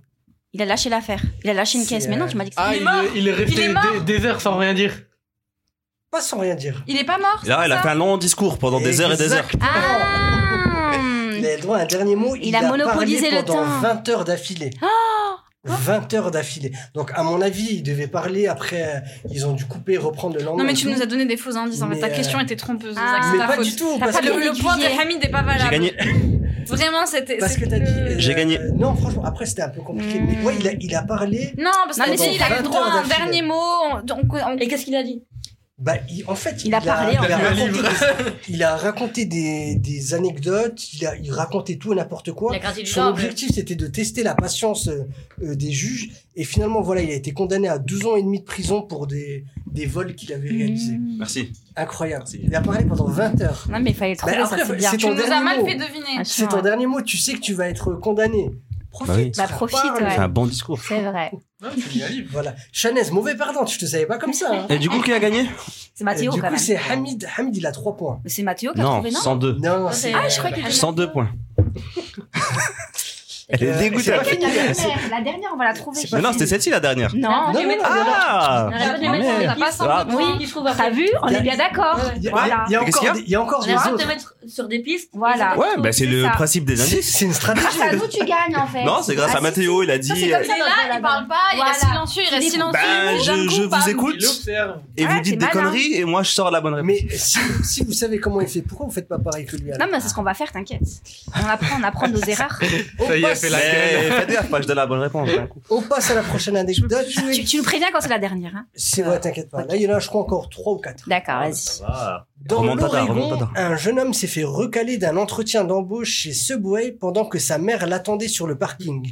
Il a lâché l'affaire. Il a lâché une
C'est,
caisse. Mais non,
euh,
tu m'as dit que
Ah,
c'était-
il,
mort
est, il est resté
Il est mort
des, des heures sans rien dire.
Pas sans rien dire.
Il est pas mort
Là, il a fait un long discours pendant des heures et des heures.
Exactement.
Ah
Il a le droit à un dernier mot.
Il a monopolisé
parlé
le
pendant
temps.
20 heures d'affilée. 20 heures d'affilée. Donc, à mon avis, il devait parler. Après, euh, ils ont dû couper, reprendre le lendemain.
Non, mais tu nous as donné des faux indices. En fait,
Mais,
ta
euh,
question était trompeuse.
Ah.
Zach, c'est
Mais
ta
pas
faute.
du tout.
T'as
Parce
pas
que,
bien-
Le, le point de
aiguillé.
Hamid n'est pas valable.
J'ai gagné.
Vraiment, c'était.
parce que t'as dit. euh,
J'ai gagné.
Non, franchement, après, c'était un peu compliqué. Mais ouais, il a, il a parlé.
Non, parce
Non,
que
mais si,
il a eu
pendant
droit à
20
un
heures d'affilée.
dernier mot. on- Donc, on-
Et qu'est-ce qu'il a dit
Bah, il- en fait,
Il a parlé, en
il a,
fait.
raconté,
Il a
des, il a raconté des, des anecdotes. Il, a, il racontait tout et n'importe quoi.
Il a gratté du
Son
doigt,
objectif, c'était de tester la patience euh, euh, des juges. Et finalement, voilà, il a été condamné à 12 ans et demi de prison pour des, des vols qu'il avait réalisés.
Hmm.
Merci.
Incroyable.
Merci.
Il a parlé pendant 20 heures.
Non, mais il fallait le trouver,
Bah,
ça
après,
c'est bien.
c'est
tu
ton
nous as
dernier
mal
mot.
fait deviner.
Ah,
C'est ton
ouais.
dernier mot. Tu sais que tu vas être condamné. Profite.
Bah, profite,
parle.
Il
Ouais.
fait un bon discours.
C'est vrai.
Voilà. Chanès, mauvais perdante. Je te savais pas comme ça. hein.
Et du coup, qui a gagné
Euh,
Et
C'est Mathéo
du
quand
coup,
même.
c'est Hamid. Hamid, il a 3 points.
C'est Mathéo qui a
Non,
trouvé, non
102.
Non,
Ah,
c'est.
Ah, je crois qu'il a.
102 points. Elle
Euh,
est
c'est
dégoûtée.
pas fini.
La
C'est-
dernière, la dernière, on va la trouver.
C'est pas
Mais non, c'était celle-ci la dernière.
Non,
Non, non, non, non, non.
Ah
Arrête de
Ah, merde.
mettre sur
T'as
des
pas
pistes
semblé
Ah,
pour
oui.
ceux qui trouvent après.
T'as vu On
Il y a-
est bien d'accord.
Il y a-
Voilà.
il y a
Mais qu'est-ce
encore
qu'il y a
des- il y a encore
On
des
arrête de
autres.
mettre sur des pistes.
Voilà.
Ils ont pas
Ouais,
trouvé.
bah c'est le
ça.
principe des
C'est
indices.
c'est une stratégie.
Grâce à nous, tu gagnes en fait.
Non, c'est grâce
Ah,
à
si,
Mathéo, il a
si. Ça,
dit.
c'est
euh,
comme
Il
ça
est là,
dans
il parle pas, il
Voilà.
reste silencieux, il reste
Il est-
silencieux.
Ben,
D'un
je,
coup,
je
bam.
vous écoute
observe.
et
Ouais,
vous dites
c'est
des
malin.
conneries et moi je sors la bonne réponse.
Mais si, si vous savez comment il fait, pourquoi vous faites pas pareil que lui alors
Non, mais c'est ce qu'on va faire, t'inquiète. On apprend, on apprend de nos erreurs.
on,
Ça y est,
passe,
fais la-
Mais faites gaffe, pas que je donne la bonne réponse. hein. d'un coup.
on passe à la prochaine anecdote.
Tu, tu nous préviens quand c'est la dernière. Hein
C'est vrai, t'inquiète pas. Là, il y en a, je crois, encore 3 ou 4.
D'accord, vas-y.
Dans
Remontada,
l'Oregon,
remontada.
un jeune homme s'est fait recaler d'un entretien d'embauche chez Subway pendant que sa mère l'attendait sur le parking.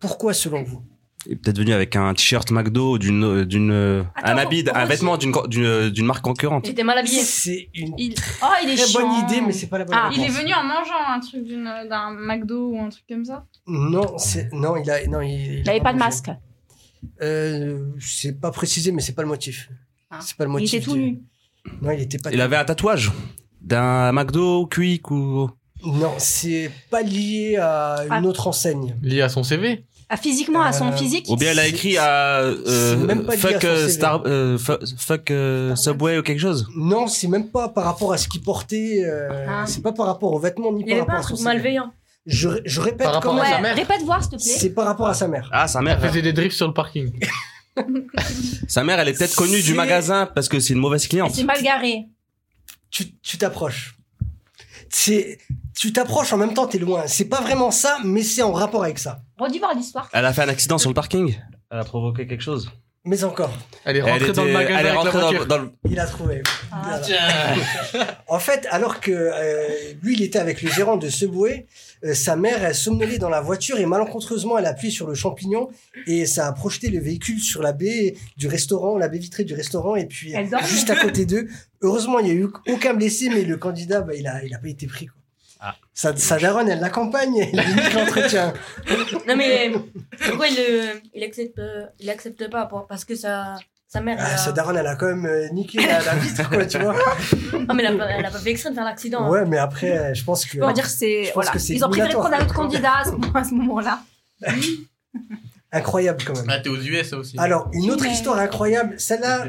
Pourquoi, selon vous
Il est peut-être venu avec un t-shirt McDo, d'une, d'une, euh,
Attends,
un habit, un
redis.
vêtement d'une, co- d'une, d'une marque concurrente.
Tu étais mal habillé.
C'est une
Il-
Oh, il est
très
chiant.
bonne idée, mais c'est pas la bonne
Ah.
réponse.
Il est venu en mangeant un truc d'une- d'un McDo ou un truc comme ça.
Non, c'est non, il a non, il, il
Il
a
avait pas de
mangé.
masque.
Euh, c'est pas précisé, mais c'est pas le motif.
Ah.
C'est pas le
Il
motif.
était tout
du-
nu.
Non, il était pas.
Il avait un tatouage d'un McDo, Quick ou.
Non, c'est pas lié à une
Ah.
autre enseigne.
Lié à son CV.
Ah, physiquement, à son
Euh,
physique.
Ou bien elle a écrit à euh,
C'est même pas lié à
fuck
son
euh,
CV.
Star, euh, fu- fuck euh, Subway ou quelque chose.
Non, c'est même pas par rapport à ce qu'il portait. euh,
Ah.
C'est pas par rapport aux vêtements ni
Il
par
avait
rapport
pas un
à son.
truc
sexe.
malveillant.
Je, je répète
Par
quand
rapport à
même.
sa
Ouais,
mère.
répète voir, s'il te plaît.
C'est par rapport à sa mère.
Ah sa
Elle
mère.
faisait des drifts sur le parking.
Sa mère elle est peut-être connue
C'est-
du magasin parce que c'est une mauvaise cliente.
C'est mal garé.
Tu tu t'approches. C'est tu t'approches en même temps t'es loin. C'est pas vraiment ça, mais c'est en rapport avec ça.
Redis voir l'histoire.
Elle a fait un accident sur le parking. Elle a provoqué quelque chose.
Mais encore,
Elle est
Elle,
rentrée
était-
dans le magasin
elle est
avec la
rentrée dans,
voiture.
dans le.
il a trouvé.
Ah.
Voilà.
Tiens.
En fait, alors que euh, lui, il était avec le gérant de Subway, euh, sa mère, elle somnolait dans la voiture et malencontreusement, elle a appuyé sur le champignon et ça a projeté le véhicule sur la baie du restaurant, la baie vitrée du restaurant et puis
Elle dort.
juste à côté d'eux. Heureusement, il n'y a eu aucun blessé, mais le candidat, bah, il, a, il a pas été pris. Quoi.
Ah.
Sa, sa daronne, elle l'accompagne, elle limite l'entretien.
Ah.
Non mais pourquoi il, euh, il accepte euh, il accepte pas pour- parce que sa sa mère elle
Ah,
a-
sa daronne, elle a quand même euh, niqué la, la vitre, quoi, tu vois.
Ah, mais elle a, pas- elle a pas fait exprès de faire l'accident. hein.
Ouais, mais après, euh, je pense que.
On va dire que c'est.
Je pense
Voilà.
que c'est
Ils ont préféré
obligatoire.
prendre un autre candidat à ce moment- à ce moment-là.
Incroyable quand même.
Ah, t'es aux US aussi.
Alors, une autre
Ouais.
histoire incroyable. Celle-là,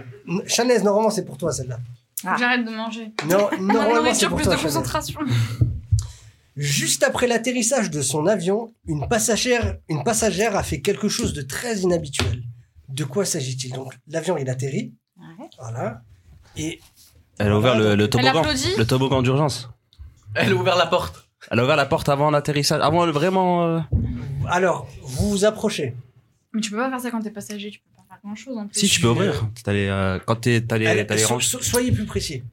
Chanès, normalement, c'est pour toi, celle-là.
Faut que J'arrête de manger.
Ah. Non,
Dans la
normalement, c'est
nourriture,
pour
plus de
toi, Chanel.
concentration.
Juste après l'atterrissage de son avion, une passagère, une passagère a fait quelque chose de très inhabituel. De quoi s'agit-il Donc, l'avion, il atterrit.
Ouais.
Voilà. Et
Elle a ouvert le, le
Elle
toboggan.
applaudit.
Le toboggan d'urgence.
Elle a ouvert la porte.
Elle a ouvert la porte avant l'atterrissage. Avant le- vraiment. euh,
alors, vous vous approchez.
Mais tu peux pas faire ça quand t'es passager, tu peux pas. sert pas à grand chose en plus.
Si, tu peux ouvrir. T'as les, euh, quand t'es, t'as les,
Elle-
t'as les
so-
ranges.
so- soyez plus précis.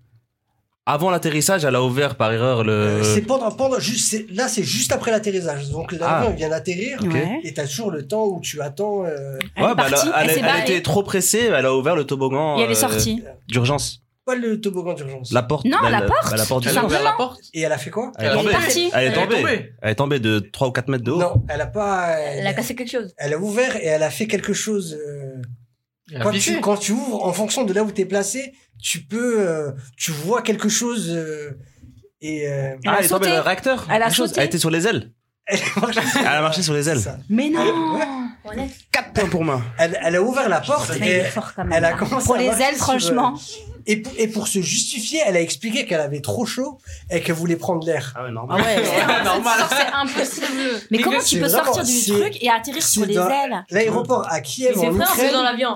Avant l'atterrissage, elle a ouvert par erreur le.
Euh, C'est pendant, pendant, juste, c'est- là, c'est juste après l'atterrissage. Donc, l'avion
Ah.
vient d'atterrir.
Ok.
Ouais.
et t'as toujours le temps où tu attends. euh,
Elle est
bah, elle,
partie,
a- elle,
elle s'est
elle
barrée.
était trop pressée, elle a ouvert le toboggan.
Et elle est
euh,
sortie.
D'urgence.
pas le toboggan d'urgence.
La porte.
Non,
bah,
la porte.
bah, La porte du
Elle a
fond.
ouvert la porte.
Et elle a fait quoi
Elle est
Elle est
tombée.
partie.
Elle est
Elle est
tombée.
tombée.
Elle est tombée de 3 ou 4 mètres de haut.
Non, elle a pas.
Elle a cassé quelque chose.
elle a ouvert et elle a fait quelque chose. euh,
Elle a
Quand
pissé.
tu, quand tu ouvres, en fonction de là où t'es placé, tu peux, euh, tu vois quelque chose euh, et euh,
Elle a
Ah, elle est tombée
sauté.
dans le réacteur.
Elle a
Quelque chose.
sauté.
Elle était sur les ailes.
elle,
Elle a marché sur les ailes.
Ça.
Mais non
Ouais.
Voilà.
4 points pour moi.
elle, elle a ouvert la porte
Mais il
et
est fort quand même.
elle a
hein.
commencé
Pour
à
les
marcher
ailes,
sur,
franchement.
euh, et, pour, et pour se justifier, elle a expliqué qu'elle avait trop chaud et qu'elle voulait prendre l'air.
Ah ouais,
Ah ouais.
Ouais, normal.
C'est impossible.
Mais
Mais
comment
c'est
tu peux
vraiment-
sortir du
c'est-
truc et atterrir sur
c'est
les
dans-
ailes
L'aéroport à
Il
Kiev
fait
en
frais en plus
Ukraine.
dans l'avion.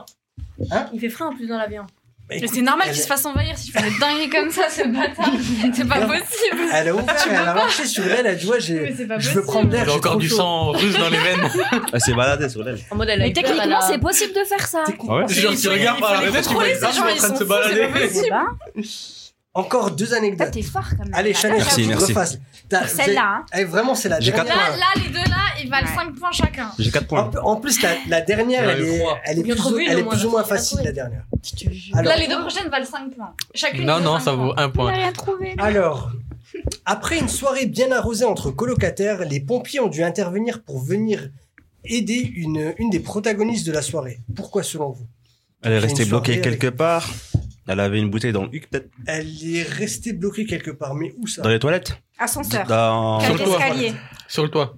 Hein
Il fait frais en plus dans l'avion.
Bah,
Mais
écoute,
c'est normal
elle-
qu'il se fasse envahir si tu fais des dingueries comme ça, ce bâtard. C'est pas possible.
Elle a ouvert, elle a marché sur elle, elle a dit ouais, j'ai-
Mais c'est pas
je
possible.
veux prendre l'air.
J'ai
j'ai
encore
trop
du
chaud.
sang russe dans les veines.
Elle s'est baladée sur l'aile.
En mode, elle a
Mais
eu peur, elle a-
techniquement, c'est possible de faire ça.
Techniquement,
Ah ouais
Genre,
Il
tu
faut-
regardes
il
par
faut
la
les
fenêtre, tu vois
contrôler,
les
ces
armes
gens,
en
ils
train de
sont
se
fous, c'est pas
balader.
possible.
Eh ben,
Encore deux
toi,
anecdotes.
t'es fort quand même.
Allez, Chanel,
Merci,
faut que tu
merci.
refasses. T'as-
Pour Celle-là, hein.
Eh, vraiment, c'est la
J'ai
dernière.
quatre
Là, là, les deux là, ils valent
Ouais.
5 points chacun.
J'ai 4
En,
points.
pl- en plus, la, la dernière,
Il y en a
elle
eu
est,
trois.
elle est
Il y en a
plus,
trop
ou,
vu,
elle
au
est
moins,
plus ou
on
moins
a trouvé.
facile, la dernière.
Je te jure.
Alors,
Là, les deux prochaines valent 5 points. Chacune.
Non,
ils
non,
valent
ça
cinq
vaut
points.
un point.
rien trouvé.
alors, après une soirée bien arrosée entre colocataires, les pompiers ont dû intervenir pour venir aider une, une des protagonistes de la soirée. Pourquoi, selon vous
Elle est
J'ai
restée
une
bloquée
soirée
quelque part. Elle avait une bouteille dans le huc, peut-être.
Elle est restée bloquée quelque part, mais où ça
Dans les toilettes
Ascenseur.
Dans.
Sur
Quatre
le toit.
escaliers.
Sur le toit.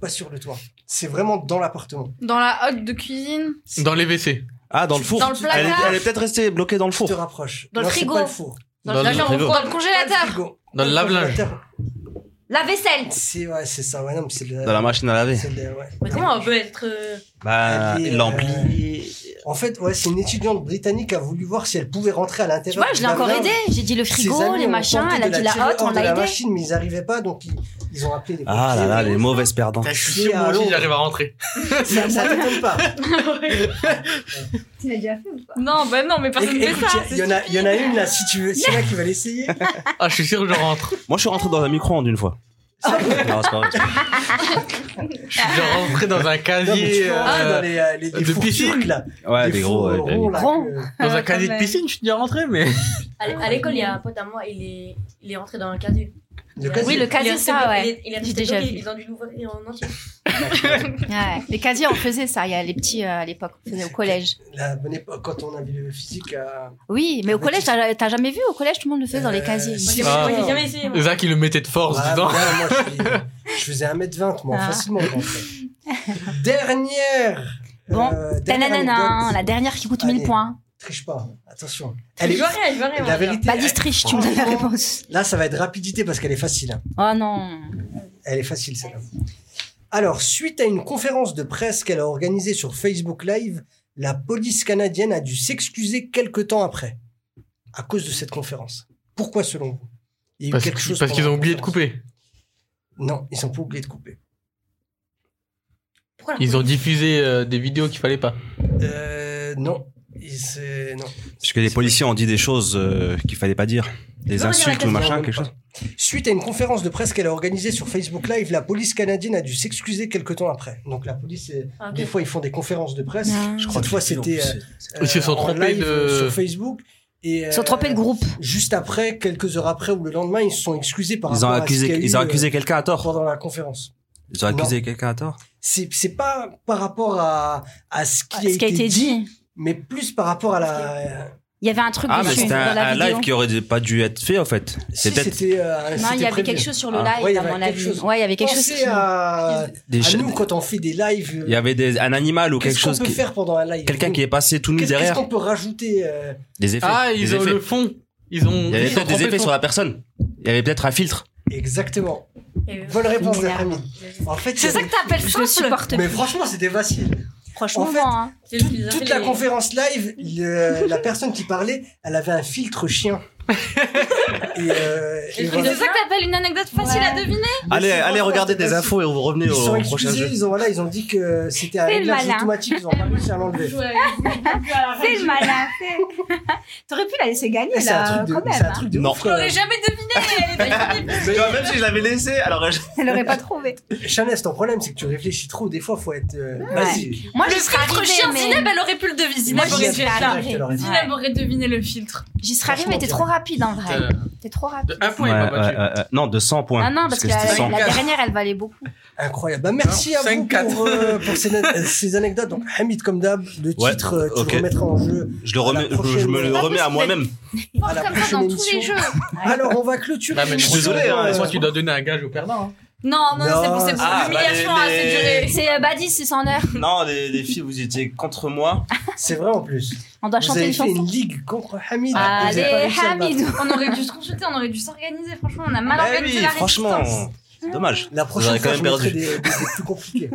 Pas sur le toit. C'est vraiment dans l'appartement.
Dans la hotte de cuisine.
Dans les WC.
Ah, dans le four.
Dans le
Elle, est-
placard.
elle est peut-être restée bloquée dans le
Tu te
four.
rapproches.
Dans le
Non, c'est
frigo.
pas four.
Dans
Dans
le
le
agent
frigo.
Dans le
Pas le
congélateur.
frigo.
Dans le lave-linge.
congélateur.
La vaisselle.
C'est ouais, c'est ça. Ouais, non, mais c'est de
Dans la machine à laver.
c'est de la- ouais.
Mais comment on peut être. euh,
Bah,
Elle euh, est,
il l'a empli.
En fait, ouais, c'est une étudiante britannique a voulu voir si elle pouvait rentrer à
Tu
l'intérieur.
vois, je
du
l'ai encore
lave-linge.
aidé. J'ai dit le
Ses
frigo,
amis
les
ont
machins.
tenté
Elle
de
a dit la
tirer
hotte,
hors
on
de la
l'a aidé.
machine, mais ils n'arrivaient pas, donc ils, ils ont appelé les
Ah là là, les mauvaises perdants.
Je suis
Si,
sûr, moi
allô.
aussi, j'arrive à rentrer.
ça, ça t'étonne pas.
Tu l'as déjà fait ou pas
Non, bah non, mais personne ne fait
Écoute,
ça.
il y, en a- il y en a une là, si tu veux, c'est là qui va l'essayer.
Ah, je suis sûr que je rentre.
Moi, je suis rentré dans un micro-ondes une fois. non, c'est pas vrai.
Je suis déjà rentré dans un
Non, mais tu
casier.
peux rentrer
euh,
dans les, euh, les, les
de
fours
piscine.
turcs, là. Les
Ouais, Ah, des
fours,
gros.
euh,
ouais,
ronds, là,
Ronds.
que-
Dans un
Ah,
casier
quand
de
même.
piscine, je suis déjà rentré, mais.
À l- à l'école, il y a un pote à moi, il est, il est rentré dans un casier.
le casier.
Oui, le
Il est
casier,
resté
ça,
bloqué,
ouais.
Il est, il est
J'ai
resté
déjà
bloqué,
vu.
Ils ont dû l'ouvrir en entier.
Ouais. Les casiers, on faisait ça. Il y a les petits euh, à l'époque, on faisait au collège.
La bonne époque, quand on avait le physique euh, à.
Oui, mais au collège, t'as t'as jamais vu au collège, tout le monde le faisait dans les
Euh,
casiers.
si,
Moi, j'ai
Ah.
moi, j'ai jamais essayé. moi.
Zach, il le mettait de force
Ah,
dedans.
voilà, moi, je, suis- je faisais 1m20, moi,
Ah.
facilement. en fait. Dernière.
Bon,
euh, dernière
Tananana,
anecdote.
la dernière qui coûte
Allez.
1000 points.
Triche pas, attention.
Je
Elle est...
vois rien, je vois rien.
La
moi,
vérité.
Pas distriche, tu me donnes la
Franchement.
réponse.
Là, ça va être rapidité parce qu'elle est facile. hein.
Oh non.
Elle est facile, celle-là. Alors, suite à une conférence de presse qu'elle a organisée sur Facebook Live, la police canadienne a dû s'excuser quelque temps après, à cause de cette conférence. Pourquoi, selon vous Il y a eu
Parce
quelque
que-
chose
parce qu'ils
pendant
ont
la
oublié de
conférence.
couper.
Non, ils n'ont pas oublié de couper.
Pourquoi la
Ils ont
police-
diffusé euh, des vidéos qu'il fallait pas.
Euh, non. Et c'est- non.
Parce que les policiers ont dit des choses euh, qu'il fallait pas dire. Des
Non, mais il y a
insultes
la
ou
question,
machin,
même
quelque
pas.
chose.
Suite à une conférence de presse qu'elle a organisée sur Facebook Live, la police canadienne a dû s'excuser quelque temps après. Donc la police, euh,
Ah, ok.
des fois, ils font des conférences de presse.
Non.
crois Cette que fois, c'est long, c'était, euh,
Ils se sont
en
trompés
live,
de-
euh, sur Facebook. Et,
Ils sont
euh,
trompés de groupe.
Juste après, quelques heures après ou le lendemain, ils se sont excusés par
Ils ont
rapport à ce
accusé,
qu'il y a
ils
eu,
ont
euh,
accusé quelqu'un à tort.
pendant la conférence.
Ils ont
Non.
accusé quelqu'un à tort.
C'est c'est pas par rapport à, à ce qui,
Ce
a,
qui a été dit.
mais plus par rapport à la.
Il y avait un truc
Ah, mais
dessus
c'était
dans
un,
la
un
vidéo.
live qui aurait pas dû être fait, en fait. C'est
si,
peut-être
c'était, euh,
Non,
c'était
il y avait
prévu.
quelque chose sur le
Ah.
live,
Ouais, il y
à
avait
mon
quelque
avis.
chose.
Ouais, il y avait quelque chose
Pensez
qui...
à,
des
à
cha-
nous quand on fait des lives.
Il y avait des, un animal ou quelque
Qu'est-ce qu'on
chose
peut
qui,
faire pendant un live
quelqu'un
Nous,
qui est passé tout nu
Qu'est-ce qu'est-ce
derrière.
qu'on peut rajouter euh,
Des effets.
Ah,
des
ils ont
effets.
le fond. Ils ont.
Il y avait
ils
peut-être
ont
des
trempé
effets
le
sur
fond.
la personne. Il y avait peut-être un filtre.
Exactement.
Il y a eu-
Bonne réponse,
Merde.
Jérémy. En fait,
C'est ça que t'appelles
Je le
simple.
supporte
mais
plus.
franchement, c'était facile.
Franchement,
en fait,
hein.
C'est juste
Toute,
qu'ils ont
toute
fait
la
les-
conférence live, le- la personne qui parlait, elle avait un filtre chien. et, euh, et
Et
voilà.
C'est ça que t'appelles une anecdote facile
Ouais.
à deviner
Allez,
c'est
allez
pas
regarder
fort,
des
c'est
infos et vous revenez
Ils sont
au prochain
excusés,
jeu.
ils ont, voilà, ils ont dit que c'était un
C'est le
réglage
malin.
automatique, ils ont pas réussi à l'enlever.
C'est le malin, c'est. T'aurais pu la laisser gagner,
Eh, C'est un
là,
truc de,
quand même.
c'est un truc de
Non.
ouf.
Je
quoi.
l'aurais jamais deviné elle était devinée.
Tu vois, même si je l'avais laissé, alors je-
Elle l'aurait pas trouvé.
Chanès, ton problème, c'est que tu réfléchis trop. Des fois, faut être. euh, Vas-y.
Moi,
Le
j'y serais
filtre
arrivée,
chien
mais-
Zineb, elle aurait pu le deviner.
Moi,
Zineb
j'y
aurait
serais
fait ça.
arrivée.
Elle aurait dit.
Zineb aurait deviné le filtre.
J'y serais arrivée, mais t'es
Franchement,
trop rapide, en vrai.
Euh,
T'es trop
de
rapide.
un point, il m'a
Ouais,
battu.
ouais, ouais, ouais. Non, de 100 points.
Ah non, parce que
c'était
la,
100.
la dernière, elle valait beaucoup.
Incroyable. Bah, merci à vous
5-4.
pour, euh, pour ces, euh, ces anecdotes. Donc, Hamid, comme d'hab, le
Ouais,
titre, euh, tu
ok.
le remettras en jeu.
Je, le
À
remets,
la
je,
prochaine.
je me
C'est
le
pas
remets à
possible.
moi-même.
À
Pense
la
comme ça
prochaine
dans tous les
émission.
jeux.
Alors, on va clôturer.
Non, mais
Je suis désolé, hein,
Euh,
Moi, tu dois donner un gage au perdant. hein.
Non,
Non,
non, c'est pour c'est pour
Ah,
l'humiliation
bah,
à
les-
cette durée.
C'est euh, Badis, c'est 100 heures.
Non, les, les filles, vous étiez contre moi.
C'est vrai en plus.
On doit
Vous
chanter
avez
une
fait
chanson.
une ligue contre Hamid. Ah, Vous avez pas
Allez,
réussi à le battre.
Hamidou.
On aurait dû se consulter, on aurait dû s'organiser. Franchement, on a
Ah
mal
Bah
organisé
oui,
la
franchement,
résistance.
c'est dommage.
La
Vous
prochaine
aurez quand
fois, je
même
vous mettrai
perdu.
des, des- des plus compliqués.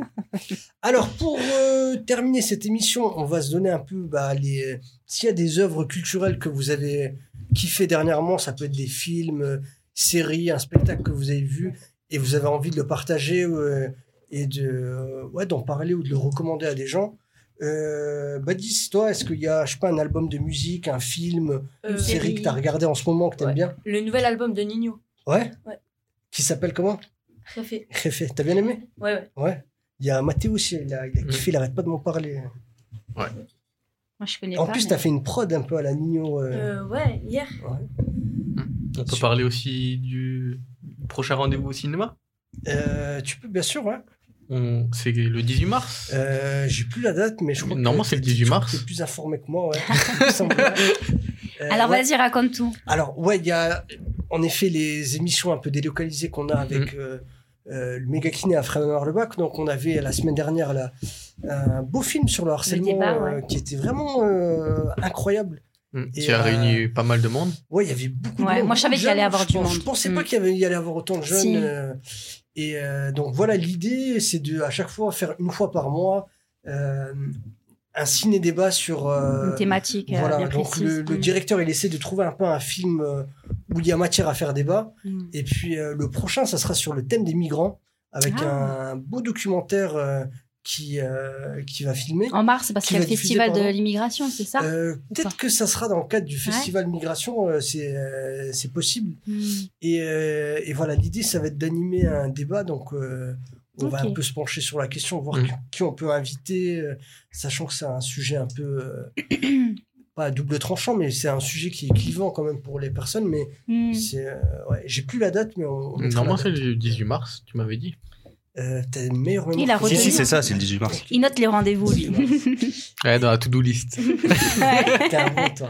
Alors, pour euh, terminer cette émission, on va se donner un peu bah, les. S'il y a des œuvres culturelles que vous avez kiffées dernièrement, ça peut être des films, euh, séries, un spectacle que vous avez vu et vous avez envie de le partager euh, et de euh, ouais d'en parler ou de le recommander à des gens. Euh, bah dis-toi, est-ce qu'il y a je sais pas un album de musique, un film,
Euh,
une série que t'as regardé en ce moment que t'aimes
Ouais.
bien,
Le nouvel album de Nino.
ouais,
Ouais.
qui s'appelle comment
Réfé.
Réfé, t'as bien aimé
Ouais, ouais.
Ouais. Il y a Mathéo aussi, il a, il a
Mm.
kiffé, il arrête pas de m'en parler.
Moi, je connais
en
pas.
plus,
mais-
t'as fait une prod un peu à la Nino. euh,
Euh, ouais, hier.
On peut
Sur-
parler aussi du prochain rendez-vous au cinéma.
euh, tu peux, bien sûr, ouais.
On- C'est le 18 mars.
Euh, J'ai plus la date, mais je crois
Normalement,
que
c'est le
t'es-
18
je crois
mars.
que T'es plus informé que moi, ouais. Il me semble, ouais. Euh,
Alors,
ouais.
vas-y, raconte tout.
Alors, ouais, il y a en effet les émissions un peu délocalisées qu'on a avec
Mm.
euh, euh, le méga kiné à Frédéric Lebac. Donc, on avait la semaine dernière là, un beau film sur le harcèlement
débat, ouais.
euh, qui était vraiment euh, incroyable.
Mm.
Et
Qui a
euh,
réuni pas mal de monde.
Ouais, il y avait beaucoup de
Ouais,
monde,
moi, je
beaucoup
savais
de
qu'il y allait
jeunes,
avoir
je
du
pense.
monde.
Je pensais
Mm.
pas qu'il y avait- il y allait avoir autant de jeunes.
Si.
euh, et euh, donc voilà, l'idée, c'est de à chaque fois faire une fois par mois euh, un ciné-débat sur. euh,
Une thématique euh,
voilà,
bien
donc
précise.
le, le
Mm.
directeur, il essaie de trouver un peu un film euh, où il y a matière à faire débat.
Mm.
Et puis euh, le prochain, ça sera sur le thème des migrants, avec
Ah.
un beau documentaire euh, qui, euh, qui va filmer.
En mars, parce
qui
qu'il y a
va
le
diffuser,
festival de
pardon.
l'immigration, c'est ça
Euh,
pas
Peut-être que ça sera dans le cadre du festival migration, euh, c'est euh, c'est possible.
Mm.
Et, euh, et voilà, l'idée, ça va être d'animer un débat. Donc, euh, on va
Ok.
un peu se pencher sur la question, voir
Mm.
qui, qui on peut inviter, euh, sachant que c'est un sujet un peu. euh, pas à double tranchant, mais c'est un sujet qui est clivant quand même pour les personnes. Mais
Mm.
c'est. euh, ouais, J'ai plus la date, mais on. on mettra la
Normalement, c'est
date.
le 18 mars, tu m'avais dit.
Euh, T'as une meilleure mémoire
Il a
que
retenu.
Si,
moi.
si, c'est ça, c'est le 18 mars.
Il note les rendez-vous, lui.
Ouais, dans la to-do list.
Euh, T'es un bon, toi.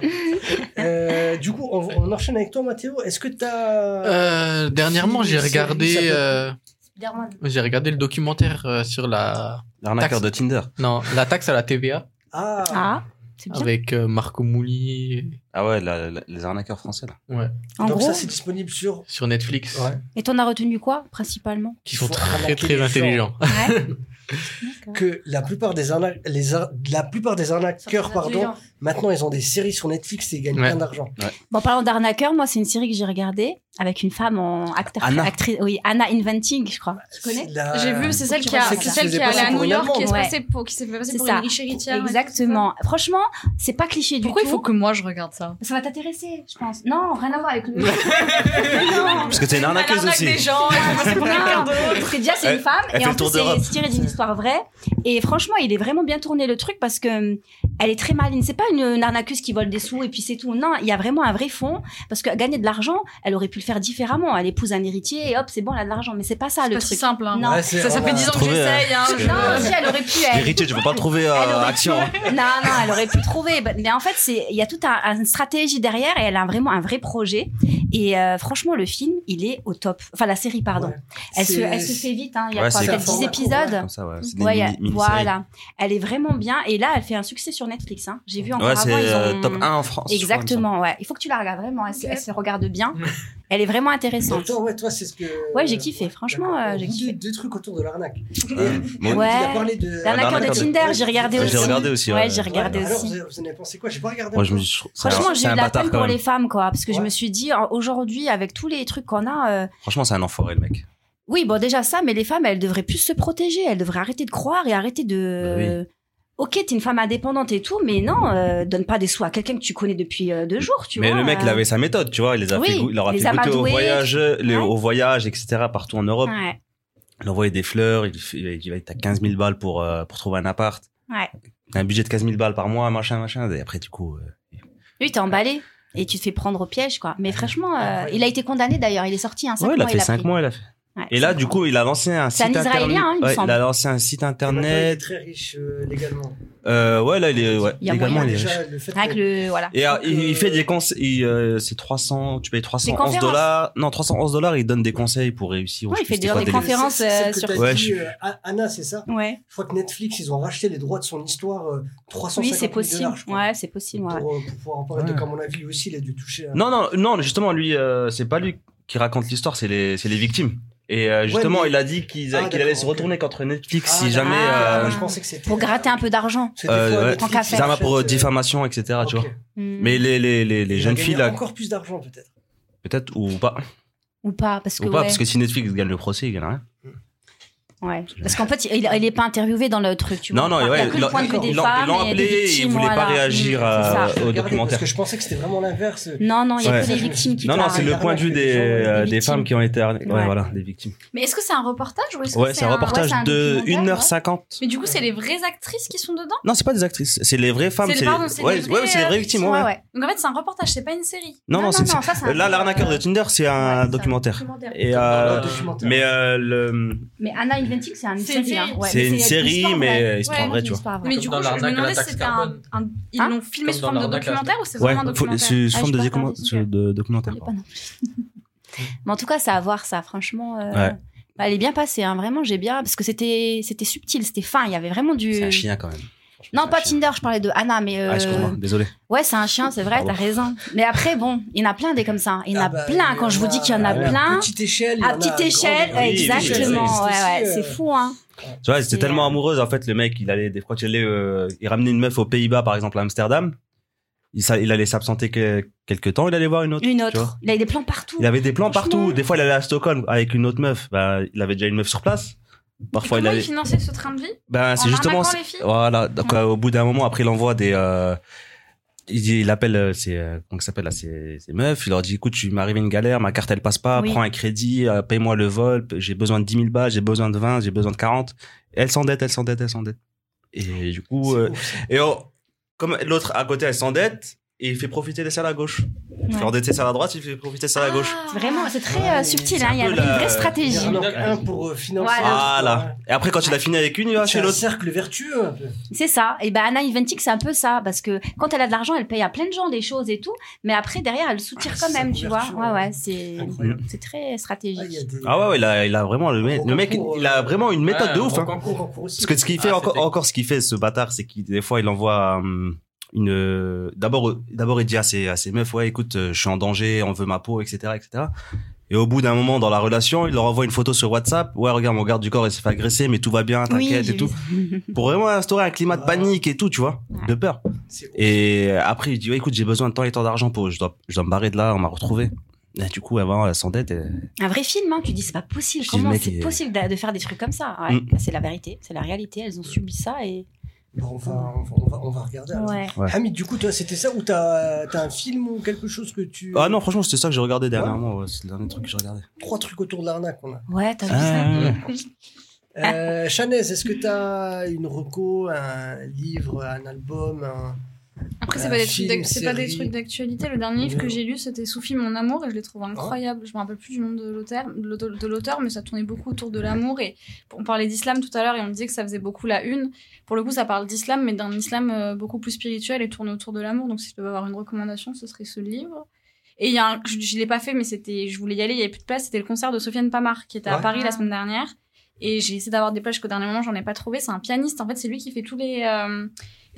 Euh, du coup, on, on enchaîne avec toi, Mathéo. Est-ce que t'as.
Euh, dernièrement, j'ai
Film, série, ça
regardé,
peut-
euh,
Spider-Man.
j'ai regardé le documentaire euh, sur la,
L'arnaqueur de Tinder.
non, la taxe à la TVA
Ah,
Ah, c'est bien.
avec euh, Marco Mouli
Ah ouais, la- la- les arnaqueurs français, là.
En
Ah, Donc,
gros,
ça, c'est disponible sur.
sur Netflix,
Ouais.
et t'en as retenu quoi, principalement
qui sont
Faut
très
arnaquer les
très
gens.
intelligents.
que la plupart des arnaques, les ar- la plupart des arnaqueurs, pardon, maintenant ils ont des séries sur Netflix et ils gagnent
Ouais.
plein d'argent.
Bon, parlant d'arnaqueur, moi, c'est une série que j'ai regardée avec une femme en acteur,
Anna.
actrice, oui, Anna Inventing, je crois.
Tu
connais
J'ai vu, c'est celle
Tu
qui, a,
vois, c'est
c'est
qui se
celle
faisait
qui est allée
passer
à
pour
New
une
York, qui,
Allemande.
est
Ouais.
passée pour, qui s'est fait passer
C'est
pour
ça.
une riche héritière. et tout ça.
Exactement. Franchement, c'est pas cliché du
Pourquoi il
tout.
faut que moi je regarde ça
Ça va t'intéresser, je pense. Non, rien à voir avec le. non.
Parce que t'es une arnaqueuse
L'arnaque
aussi.
des gens, elle fait passer pour quelqu'un d'autre.
Parce que déjà, c'est
Elle-
une femme.
elle
et
fait
en
le tour
plus, c'est
d'Europe.
c'est tiré d'une histoire vraie. Et franchement, il est vraiment bien tourné le truc parce que hum, elle est très maligne. C'est pas une, une arnaqueuse qui vole des sous et puis c'est tout. Non, il y a vraiment un vrai fond. Parce que gagner de l'argent, elle aurait pu le faire différemment. Elle épouse un héritier et hop, c'est bon, elle a de l'argent. Mais c'est pas ça
C'est
le
pas si
truc.
simple. hein.
Non. Ouais,
c'est-
Ça, ça
on
fait
a
10 ans que
trouvé,
j'essaye. hein,
euh, parce
je-
que-
Non, si, elle aurait pu. elle-
Héritier, tu peux pas trouver euh,
Elle aurait pu-
action. hein.
Non, non, elle aurait pu trouver. Bah, Mais en fait, c'est il y a toute un- une stratégie derrière et elle a vraiment un vrai projet. Et euh, franchement, le film, il est au top. Enfin, la série, pardon.
Ouais.
Elle, se,
C'est-
elle se fait vite. hein. Il y a
Ouais,
quoi,
c'est
peut-être
court.
10 épisodes.
Comme ça, ouais. C'est des
Ouais,
mini- mini-séries.
voilà. Elle est vraiment bien. Et là, elle fait un succès sur Netflix. hein. J'ai vu encore
Ouais, c'est
avant. ils
euh,
ont-
top 1 en France. je crois, il me semble.
Exactement, ouais. Il faut que tu la regardes vraiment. Elle, se-
Ok.
elle se regarde bien. Elle est vraiment
Donc,
intéressante.
toi, ouais, toi, c'est ce que.
Ouais, j'ai kiffé, franchement,
D'accord.
euh, j'ai
Deux-
kiffé.
Deux trucs autour de l'arnaque.
Ouais.
Et
Bon,
Ouais.
Il a parlé de.
L'arnaqueur de
L'arnaqueur de-
Tinder, j'ai regardé
Ouais,
aussi.
j'ai regardé aussi,
Ouais,
ouais.
j'ai regardé
Ouais, alors,
aussi.
Vous avez- vous en avez pensé quoi J'ai pas regardé.
Moi, je me
encore.
dis, je trouve- c'est un-
Franchement,
c'est
j'ai eu
un
de la
bâtard
peine
quand
pour
même.
les femmes, quoi, parce que je
Ouais.
me suis dit, euh, aujourd'hui, avec tous les trucs qu'on a, euh,
Franchement, c'est un enfoiré, le mec.
oui, bon, déjà ça, mais les femmes, elles devraient plus se protéger, elles devraient arrêter de croire et arrêter
Bah
de. Ok, t'es une femme indépendante et tout, mais non, euh, donne pas des sous à quelqu'un que tu connais depuis euh, deux jours, tu
mais
vois.
le mec, il
euh.
avait sa méthode, tu vois. Il les a
Oui,
fait, goût- il leur a
les
fait goûter au
amadoués.
voyage, euh, les-
Ouais.
au voyage, etc. partout en Europe.
Ouais,
Il leur envoyait des fleurs. Il, fait- il va être à 15 000 balles pour, euh, pour trouver un appart.
ouais.
Un budget de 15 000 balles par mois, machin, machin. Et après, du coup, euh,
Lui, t'es emballé et tu te fais prendre au piège, quoi. Mais franchement, euh,
Ouais.
il a été condamné d'ailleurs, il est sorti, hein, cinq
ouais, il
mois,
a fait 5
pris.
mois, il a fait.
Ouais,
Et là,
cinq
du
mois.
coup, il a lancé un
C'est
site
un Israélien,
internet.
hein, il me
Ouais,
semble.
il a lancé un site
Il est
internet.
très riche euh, légalement.
Euh, ouais, là, il est, ouais.
Il y a
légalement,
moyen
il est riche.
déjà le fait
Avec
que-
le. Voilà.
Et euh, il,
Donc,
il fait
euh,
des conseils, euh, c'est 300, tu payes 311
conférences.
dollars, non 311 dollars, il donne des conseils pour réussir.
Ouais,
je
il
sais
fait
plus c'était
des
quoi le délire.
conférences,
Celle- celle
euh,
que
sur-
t'as
Ouais,
dit,
je-
euh, A- Anna, c'est ça
Ouais.
Je crois que Netflix, ils ont racheté les droits de son histoire euh, 350
Oui, c'est
000
possible.
dollars, je crois,
Ouais, c'est possible. ouais.
Pour, euh, pour pouvoir en parler.
Ouais.
Donc, à mon avis, lui aussi, il a dû toucher. à-
Non, non, non, justement, lui, euh, c'est pas lui qui raconte l'histoire, c'est les, c'est les victimes. Et euh, justement,
Ouais, mais-
il a
Ah,
dit qu'il qu'il
d'accord,
allait se
ok.
retourner contre Netflix
Ah,
si jamais.
d'accord.
euh,
Moi, je pensais que c'était.
Pour gratter un peu d'argent.
C'était
Euh,
fois
ouais.
Netflix,
Tant qu'à
ils
faire.
ça va
achètent,
pour euh,
euh,
diffamation, etc. Tu
ok.
vois.
Hmm.
Mais les, les, les, les
Ils
jeunes
vont
filles,
gagner
là,
Encore plus d'argent, peut-être.
peut-être, ou pas.
Ou pas, parce que.
Ou pas,
ouais.
parce que si Netflix gagne le procès, il gagne rien.
Ouais. Parce qu'en fait, il, il est pas interviewé dans le truc, tu
Non,
vois.
non,
Il y a
ouais,
que
ils l'ont
le point de vue des
ils l'ont- ils
femmes
l'ont
et des
appelé, ils
victimes,
voulaient pas
voilà.
réagir
Mm, c'est ça.
à- euh, au
Regardez, Parce
documentaire.
que je pensais que c'était vraiment l'inverse. euh,
Non, non, il y a
Ouais.
que les victimes qui
Non, non,
parlent.
c'est le point de vue des, euh,
Des
des
victimes.
femmes qui ont été. arna-
Ouais.
Ouais, voilà, des victimes.
Mais est-ce que c'est un reportage ou est-ce que
Ouais, c'est un reportage
ouais, c'est un
de
documentaire, ouais.
1h50.
Mais du coup, c'est les vraies actrices qui sont dedans
Non, c'est pas des actrices, c'est les vraies femmes.
C'est les- pardon, c'est
ouais,
les
ouais,
vraies,
c'est les vraies
euh,
victimes.
Ouais,
ouais.
ouais.
Donc en fait, c'est un reportage, c'est pas une série.
Non, non, c'est.
non, ça, c'est un
Là,
truc,
l'arnaqueur
euh,
de Tinder, c'est un
Ouais,
documentaire.
Commentaire.
Et,
Dans
euh,
le documentaire.
mais euh, le-
Mais Anna Inventic, c'est une
C'est une
série. hein.
série.
Ouais,
c'est
mais
une série,
histoire vraie.
mais histoire
Ouais,
vraie, tu vois.
Histoire vraie.
Mais
Comme
du coup,
dans
je me
l'arnaque à la
demandais si
taxe
c'était un,
carbone.
un- Ils
Hein
l'ont filmé
Comme
sous
dans
forme de
l'arnaque à la
documentaire ou c'est
Ouais,
vraiment un
faut-
documentaire
sous
Ah,
forme
j'ai
de,
pas
document-
regardé, super.
sous- de documentaire.
Je l'ai pas non plus. Mais en tout cas, ça à voir, ça, franchement. euh,
Ouais.
bah, elle est bien passée, hein, vraiment, j'ai bien. Parce que c'était c'était subtil, c'était fin, il y avait vraiment du.
C'est un chien quand même.
Non,
C'est un
pas
chien.
Tinder, je parlais de Anna, mais. euh,
Ah, excuse-moi, désolé.
Ouais, c'est un chien, c'est vrai,
Pardon.
t'as raison. Mais après, bon, il y en a plein des comme ça. hein. Il y en a
Ah bah,
plein. Quand je vous dis qu'il y en a
à
plein,
petite échelle. il y en
à
a
petite
grande
échelle,
échelle,
oui,
exactement.
oui, oui.
ouais, ouais,
Aussi,
c'est
euh,
fou, hein.
Tu vois, c'était
C'est-
tellement amoureuse. En fait, le mec, il allait des fois, il, allait, euh, il ramenait une meuf aux Pays-Bas, par exemple, à Amsterdam. Il, s'a- il allait s'absenter que, quelques temps, il allait voir une autre.
Une
tu
autre.
vois.
Il a des plans partout.
Il avait des plans
Franchement.
partout. Des fois, il allait à Stockholm avec une autre meuf. Bah, il avait déjà une meuf sur place.
Et
Parfois, il
Comment
allait.
ils finançaient ce train de vie
Ben,
En
c'est justement.
arnaquant les filles
Voilà. Donc,
Ouais.
euh, au bout d'un moment, après, il envoie des. euh, il, dit- il appelle euh, ses, euh, comment ça s'appelle là, ses, ses meufs. Il leur dit écoute, tu m'est arrivé une galère, ma carte elle passe pas,
Oui.
prends un crédit, euh, paye-moi le vol, j'ai besoin de 10 000 balles, j'ai besoin de 20, j'ai besoin de 40. Elle s'endette, elle s'endette, elle s'endette. Et du coup, euh,
C'est ouf.
et oh, comme l'autre à côté elle s'endette, et il fait profiter les salles à gauche. Il
Ouais.
fait endetter celle à droite, il fait profiter celle à gauche.
Ah.
C'est Vraiment, c'est
Ouais,
très euh,
mais
subtil,
c'est
hein.
un
Il y a
peu
une vraie
la-
Il y
stratégie.
en a donc un pour euh, financer.
Voilà.
Voilà. Et après, quand il a fini avec une, il va
C'est
chez
un
Ah, l'autre.
cercle vertueux un peu. Ah,
C'est ça. Et ben Anna Inventic, c'est un peu ça. Parce que quand elle a de l'argent, elle paye à plein de gens des choses et tout. Mais après, derrière, elle soutire
Ah,
quand
c'est
même,
sa
tu vois.
couverture,
Ouais,
ouais.
ouais, c'est
Incroyable.
c'est très
Ah, il y
stratégique.
a des-
Ah ouais, ouais, il a, il a vraiment le, mec- le mec, il a vraiment une méthode de
Ouais,
ouf. hein.
encore-
Concours, concours aussi.
Parce que ce qu'il fait
Ah,
encore,
c'était-
encore ce qu'il fait ce bâtard, c'est qu'il des fois il envoie euh, une. euh, D'abord, euh, d'abord il dit à ses, à ses meufs, ouais, écoute, euh, je suis en danger, on veut ma peau, etc., etc. Et au bout d'un moment dans la relation, il leur envoie une photo sur WhatsApp. Ouais, regarde, mon garde du corps, il s'est fait agresser, mais tout va bien, t'inquiète
j'ai
et tout.
vu ça.
Pour vraiment instaurer un climat de
Ah.
panique et tout, tu vois,
Ouais.
de peur.
C'est ouf.
Et après, il dit, ouais, écoute, j'ai besoin de temps et tant d'argent pour, je dois, je dois me barrer de là, on m'a retrouvé. Et du coup, avant, elle s'endette. et-
Un vrai film, hein. Tu dis, c'est pas possible.
Je dis, le
Comment
mec,
c'est
il est-
possible d'a- de faire des trucs comme ça Ouais,
Mm.
bah, C'est la vérité, c'est la réalité. Elles ont subi ça et.
Bon, on, va, on, va, on va- on va regarder. alors.
Ouais.
Ouais.
Hamid, Ah, du coup, toi, c'était ça ou t'as t'as un film ou quelque chose que tu.
Ah non, franchement, c'était ça que j'ai regardé dernièrement. ouais, c'est le dernier truc que j'ai regardé.
Trois trucs autour de l'arnaque qu'on a.
Ouais, t'as vu ça
Ah.
Ah.
Euh, Chanez, est-ce que t'as une reco, un livre, un album un...
Après,
Euh,
c'est pas, des trucs
film,
d'ac- c'est pas des
série.
trucs d'actualité. Le dernier livre
Ouais.
que j'ai lu, c'était Sophie, mon amour, et je l'ai trouvé incroyable. Je me rappelle plus du nom de l'auteur, de l'auteur- de l'auteur, mais ça tournait beaucoup autour de l'amour. Et on parlait d'islam tout à l'heure, et on disait que ça faisait beaucoup la une. Pour le coup, ça parle d'islam, mais d'un islam euh, beaucoup plus spirituel et tourné autour de l'amour. Donc, si je devais avoir une recommandation, ce serait ce livre. Et il y a un- je, je l'ai pas fait, mais c'était, je voulais y aller, il y avait plus de place. C'était le concert de Sofiane Pamar, qui était à
Ouais.
Ah.
Paris la semaine dernière. Et j'ai essayé d'avoir des plages qu'au dernier moment, j'en ai pas trouvé. C'est un pianiste. En fait, c'est lui qui fait tous les, euh,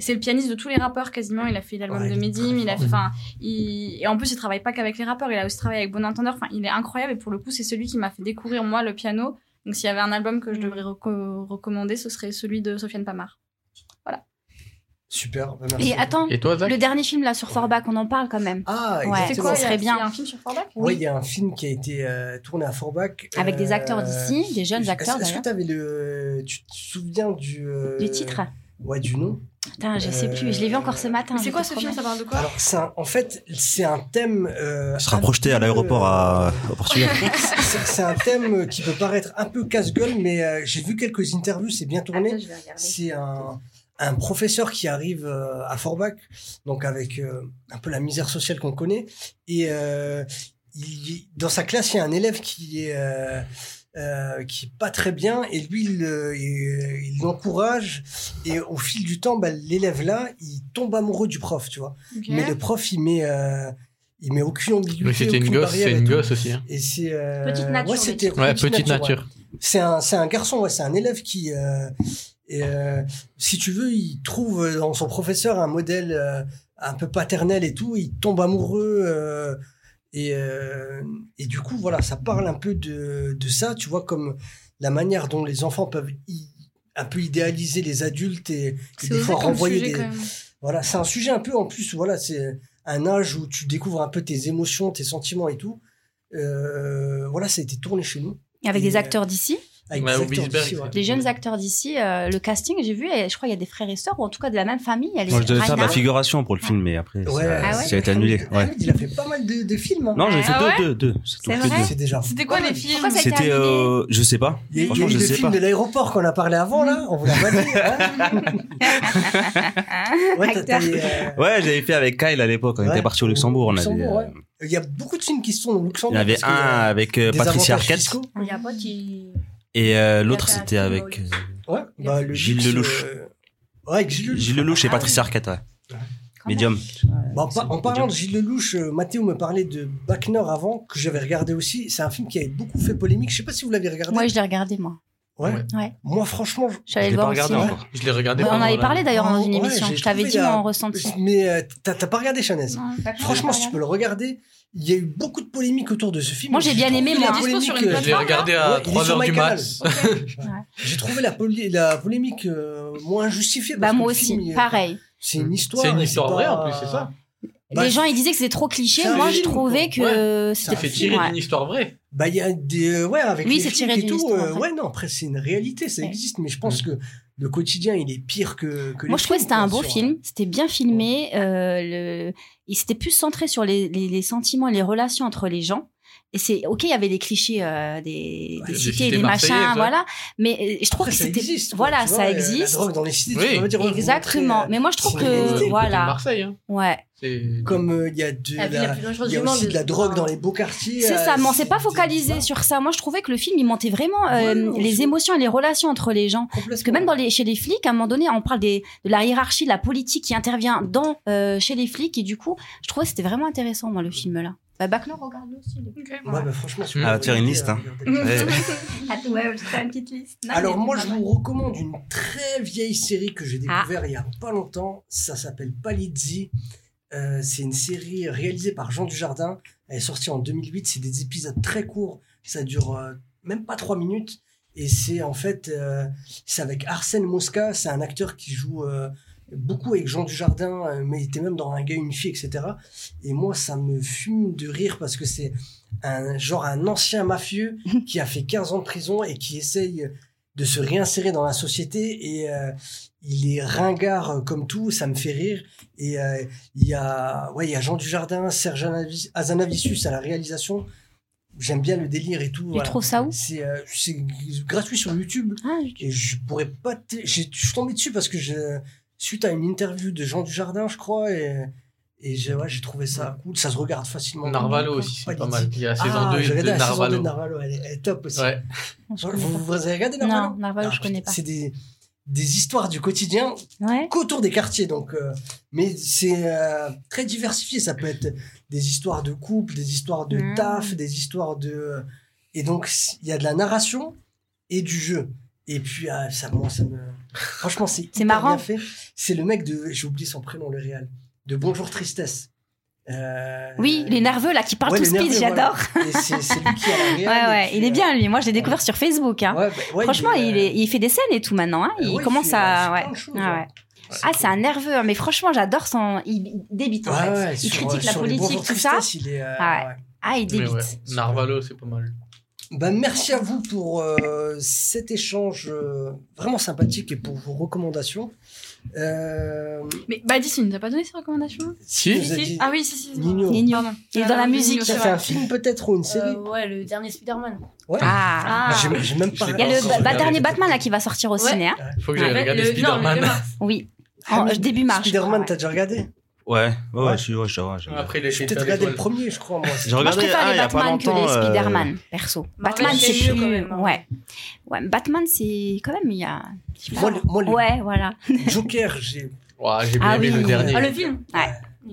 C'est le pianiste de tous les rappeurs quasiment. Il a fait l'album
Ouais,
de
il est
Medim,
très
il a
fort.
fait. Enfin, il... Et en plus, il travaille pas qu'avec les rappeurs, il a aussi travaillé avec Bon Entendeur. Enfin, il est incroyable et pour le coup, c'est celui qui m'a fait découvrir moi le piano. Donc, s'il y avait un album
Mm.
que je devrais reco- recommander, ce serait celui de Sofiane Pamar.
Super. bah,
Ah.
merci.
Et attends,
Et toi, Zach
le dernier film là sur Forbach, on en parle quand même.
Ah,
Ouais.
exactement.
C'est quoi,
il y a-
serait bien.
il y a un film sur Forbach
Oui, il y a un film qui a été euh, tourné à Forbach.
Avec des
euh,
acteurs d'ici, des jeunes
est-ce-
acteurs
Est-ce que
d'ailleurs.
t'avais le. Tu te souviens du. euh,
Du titre
Ouais, du nom.
Putain, je sais plus, je l'ai vu encore ce matin.
C'est
je
quoi
te
ce film Ça
promets.
parle de quoi
Alors, c'est un- en fait, c'est un thème. euh,
Il sera
un
projeté à
peu,
l'aéroport à,
euh,
au Portugal.
c'est c'est un thème euh, qui peut paraître un peu casse-gueule, mais euh, j'ai vu quelques interviews, c'est bien tourné.
Ah,
Après, je vais regarder.
C'est un, un professeur qui arrive euh, à Forbach, donc avec euh, un peu la misère sociale qu'on connaît. Et euh, il- dans sa classe, il y a un élève qui est, euh, euh, qui est pas très bien, et lui, il, euh, il- il l'encourage. Et au fil du temps, bah, l'élève là, il tombe amoureux du prof, tu vois.
Ok.
Mais le prof, il met, euh, il met aucune ambiguïté.
Mais c'était une
aucune
gosse,
barrière
c'est
et
une
tout.
gosse aussi. hein.
Et c'est euh,
Petite nature,
ouais, c'était
Ouais, petite nature.
ouais. C'est un c'est un garçon, ouais, c'est un élève qui euh, et, euh, si tu veux, il trouve dans son professeur un modèle euh, un peu paternel et tout, il tombe amoureux euh, et euh, et du coup voilà, ça parle un peu de de ça, tu vois comme la manière dont les enfants peuvent i- un peu idéaliser les adultes et, et
C'est
des
osé
fois
comme
renvoyer
sujet,
des
quand même.
voilà, c'est un sujet un peu en plus, voilà, c'est un âge où tu découvres un peu tes émotions, tes sentiments et tout. Euh, voilà, ça a été tourné chez nous.
Avec
Euh,
des acteurs d'ici,
Avec
Ouais,
des
au
acteurs
Bisberg,
d'ici,
il
ouais.
fait.
des jeunes acteurs d'ici. euh, le casting, j'ai vu, et je crois qu'il y a des frères et sœurs, ou en tout cas de la même famille. Il y a les
Moi, je devais faire de la
Raina.
figuration pour le film, mais après,
Ouais.
ça,
Ah ouais
ça a été annulé.
Hamid-
Ouais.
Hamid, il a fait pas mal de, de films. hein.
Non, j'ai fait
Ah
deux,
ouais
deux, deux, c'est tout,
C'est
que
vrai
deux.
C'est déjà.
C'était quoi les films
Pourquoi ça a été
C'était,
annulé
euh, je sais pas.
Il y a il y a
Franchement,
eu
je
le
sais
film
pas.
de l'aéroport qu'on a parlé avant, là. On vous l'a pas dit. hein. Ouais, t'as- t'as-
Acteur.
euh,
Ouais, j'avais fait avec Kyle à l'époque. On
Ouais.
était parti au Luxembourg. On avait,
Luxembourg,
euh,
ouais. Il y a beaucoup de films qui se tournent au Luxembourg.
Il y en avait
parce qu'il y
un
a
avec euh,
des
Patricia
avantages
Arquette
fiscaux.
Il y a un pote qui.
et euh,
Il a
l'autre
fait un
c'était
film
avec
au
euh,
Ouais, bah, le
Gilles
Luxe,
Lelouch.
euh, Ouais, avec Gilles Lelouch. Ah,
Gilles Lelouch
Ah
et Patricia Arquette. Ouais. Medium.
Bon, en, par- en parlant de Gilles Lelouch, euh, Mathéo me parlait de Backnor avant, que j'avais regardé aussi. C'est un film qui avait beaucoup fait polémique. Je sais pas si vous l'avez regardé.
Moi, je l'ai regardé, moi.
Ouais.
Ouais.
Moi, franchement, je-
Je suis
Je
allée
l'ai
le
pas
voir au
regardé
cinéma.
encore.
Je l'ai regardé.
Ouais,
Bah,
on en
pendant
avait
la-
parlé d'ailleurs dans
Ah, Ouais,
une
j'ai
émission.
trouvé
je t'avais dit
la-
mon ressenti.
mais euh, t'as t'as pas regardé Chanez.
Non.
Franchement, si tu peux le regarder, il y a eu beaucoup de polémiques autour de ce film.
Moi, j'ai bien
trouvé
aimé, mais
la
il est dispo sur
polémique,
une
euh,
Je l'ai regardé
Ouais, il
à
est
3h
sur
du
My Canal.
mat.
J'ai trouvé la, polé- la polémique euh, moins justifiée. parce
Bah,
que
moi
le film,
aussi.
il-
Pareil.
C'est une histoire.
C'est une
et
histoire
pas-
vraie en plus, c'est ça.
Bah,
les gens, ils disaient que c'était trop cliché.
c'est un
Moi, je
film,
trouvais
quoi.
que
Ça
Ça
c'était
fait
un film,
tirer
ouais.
d'une histoire vraie.
Bah, il y a des. euh, ouais, avec
Oui,
les
c'est
flics
tiré
et
d'une
tout.
histoire,
euh,
en fait.
ouais, non, après, c'est une réalité, ça
Ouais. Mm.
existe. Mais je pense que le quotidien, il est pire que. que les
Moi, je trouvais
films,
que c'était
quoi,
un beau
sur-
film. C'était bien filmé. Euh, le... Il s'était plus centré sur les, les, les sentiments et les relations entre les gens. Et c'est ok, il y avait des clichés, euh, des, des
des
cités,
cités
des machins,
marseillaises, ouais.
voilà. Mais euh, je trouve
Après,
que
ça
c'était
existe. quoi,
voilà,
tu
ça
vois, euh,
existe.
La drogue dans les cités, tu
Oui,
peux pas dire, ouais, vous
Exactement.
montrez,
Mais moi, je trouve
c'est
C'est
réalisé,
que
côté de
voilà,
Marseille. hein.
ouais,
C'est-
euh, Comme euh, il y a de
La ville la
la.
plus
Il
dangereuse
y a
du monde.
aussi de la drogue dans les beaux quartiers.
c'est
euh,
ça. Mais on s'est pas
des-
focalisé sur ça. Moi, je trouvais que le film il montait vraiment euh,
Ouais, non,
les
c'est-
émotions et les relations entre les gens.
Complètement.
Parce que même dans les, chez les flics, à un moment donné, on parle des, de la hiérarchie, de la politique qui intervient dans, euh, chez les flics. Et du coup, je trouvais que c'était vraiment intéressant, moi, le film-là. Bah, Bachelor, regarde-le aussi. les-
Ok.
Ouais, bah, franchement, si vous
Ah,
voulez
tiens, une
regarder,
liste,
euh,
hein.
regardez-le.
Ouais.
Alors moi, je vous recommande une très vieille série que j'ai
Ah.
découverte il y a pas longtemps. Ça s'appelle Palazzi. Euh, c'est une série réalisée par Jean Dujardin. Elle est sortie en 2008. C'est des épisodes très courts. Ça dure euh, même pas trois minutes. Et c'est en fait, euh, c'est avec Arsène Mosca. C'est un acteur qui joue euh, beaucoup avec Jean Dujardin, euh, mais il était même dans Un gars, une fille, etc. Et moi, ça me fume de rire parce que c'est un genre un ancien mafieux qui a fait 15 ans de prison et qui essaye de se réinsérer dans la société et euh, il est ringard euh, comme tout, ça me fait rire. Et euh, il y a ouais, il y a Jean Dujardin, Serge Anavis- Azanavicius à la réalisation. J'aime bien le délire et tout.
Tu
voilà.
trouves ça où
C'est euh, c'est gratuit sur YouTube
Ah, je-
et je pourrais pas. te- j'ai- Je suis tombé dessus parce que je, suite à une interview de Jean Dujardin, je crois, et, et j'ai ouais, j'ai trouvé ça cool. Ça se regarde facilement.
Narvalo aussi, c'est pas mal. Il y a saison
Ah,
2
j'ai
de
regardé la saison 2 de
Narvalo.
Narvalo, elle est, elle est top aussi.
Ouais.
je
Vous,
connais pas.
vous avez regardé Narvalo
Non, Narvalo,
Ah,
je connais pas.
C'est des, des histoires du quotidien
Ouais.
qu'autour des quartiers. Donc, euh, mais c'est euh, très diversifié. Ça peut être des histoires de couple, des histoires de
Ah.
taf, des histoires de. Et donc, c- il y a de la narration et du jeu. Et puis, ah, ça, moi, ça me. Franchement, c'est
C'est
hyper
marrant.
bien fait. C'est le mec de, j'ai oublié son prénom, le réal, de Bonjour Tristesse. Euh,
Oui, les nerveux là qui parlent
ouais,
tout
les
speed,
nerveux,
j'adore.
voilà. Et c'est c'est lui qui a la réal, et
Ouais, ouais,
puis,
il est
euh,
bien lui. Moi, j'ai découvert sur Facebook. hein.
ouais, bah, ouais,
Franchement, il,
euh,
est- il fait des scènes et tout maintenant. hein. Il
ouais,
commence
fait,
à.
euh,
ouais.
plein de choses,
Ouais,
hein.
ouais. Ah, c'est un nerveux, hein, mais franchement, j'adore son. Il il débite en
Ouais,
fait.
ouais,
il
sur- euh,
critique la
sur les
politique,
Bonjour
tout ça.
Tristesse, il est, euh,
Ah
ouais.
Ah, il
Mais
débite.
ouais, Narvalo, c'est pas mal.
Bah, merci à vous pour euh, cet échange euh, vraiment sympathique et pour vos recommandations. Euh,
Mais Badis, il nous a pas donné ses recommandations
Si.
Si
vous avez dit-
Ah oui, si, si. si.
Nino,
Nino.
Pardon.
Il est dans la musique.
ça
c'est
fait
vrai.
un film peut-être ou une série
Euh, ouais, le dernier Spider-Man.
Ouais.
Ah.
Ah, J'ai j'ai même pas.
Il
Il y a le
Ah,
ba- ba-
ouais.
dernier Batman là qui va sortir au
Ouais.
ciné. hein.
Faut que j'aille
Ouais,
regarder
le- non, le
Spider-Man.
deux mars.
Oui. En- euh, début mars. je crois,
Spider-Man,
ouais.
t'as déjà regardé
Ouais, ouais,
Ouais.
ouais, je suis, ouais, je suis- ouais, j'aime bien.
Après, les
J'ai peut-être regardé le premier, je crois, moi.
J'ai
Moi, je
regardé
préfère
ah,
les
il y a pas
Batman que les
longtemps, euh,
Spider-Man, perso.
Marvel,
Batman, c'est
c'est mieux
plus.
quand même, hein.
Ouais. ouais. Batman, c'est quand même. Il y a.
Moi, le, moi, le
Ouais, voilà.
Joker, j'ai.
Ouah, j'ai bien
Ah
aimé
oui.
le dernier.
Ah, le film
Ouais.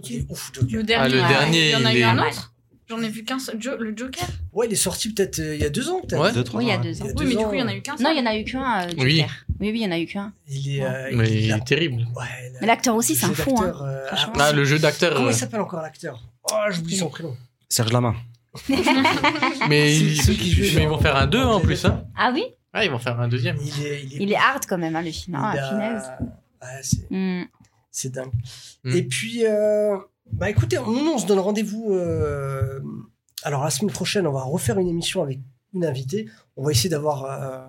il est Ouf, Joker.
Le dernier.
Ah, le
ouais.
dernier,
Il y en a
il
eu
est-
un autre J'en ai vu qu'un seul. Jo- le Joker
Ouais, il est sorti peut-être euh, il y a deux ans, peut-être.
Ouais.
deux, trois
Oui, il y a
ans, ouais.
deux ans.
Il y a
Oui,
deux
mais du
ans.
coup, il y en a eu qu'un seul.
Non, il y en a eu qu'un. euh,
Oui.
Joker. Oui, oui, il y en a eu qu'un.
Il est. euh,
Mais
il
il
a-
est terrible.
Ouais, là,
Mais l'acteur aussi, c'est un
le jeu
fou. hein.
d'acteur, euh,
Franchement.
ah,
Ah, le jeu d'acteur.
Comment
euh,
il s'appelle encore l'acteur Oh, j'oublie son prénom.
Serge Lama.
Mais ils
ceux qui jouent
mais ils vont
dans-
faire
dans
un 2 en
les
plus.
lettres.
Hein.
Ah oui
Ouais, ils vont faire un deuxième.
Il est. Il est.
Il est hard quand même, hein, le film. Ah,
il a-
punaise.
Ouais, c'est-
Hmm.
c'est dingue.
Mm.
Et puis, euh, bah écoutez, on, on se donne rendez-vous. euh, alors la semaine prochaine, on va refaire une émission avec une invitée. On va essayer d'avoir, euh,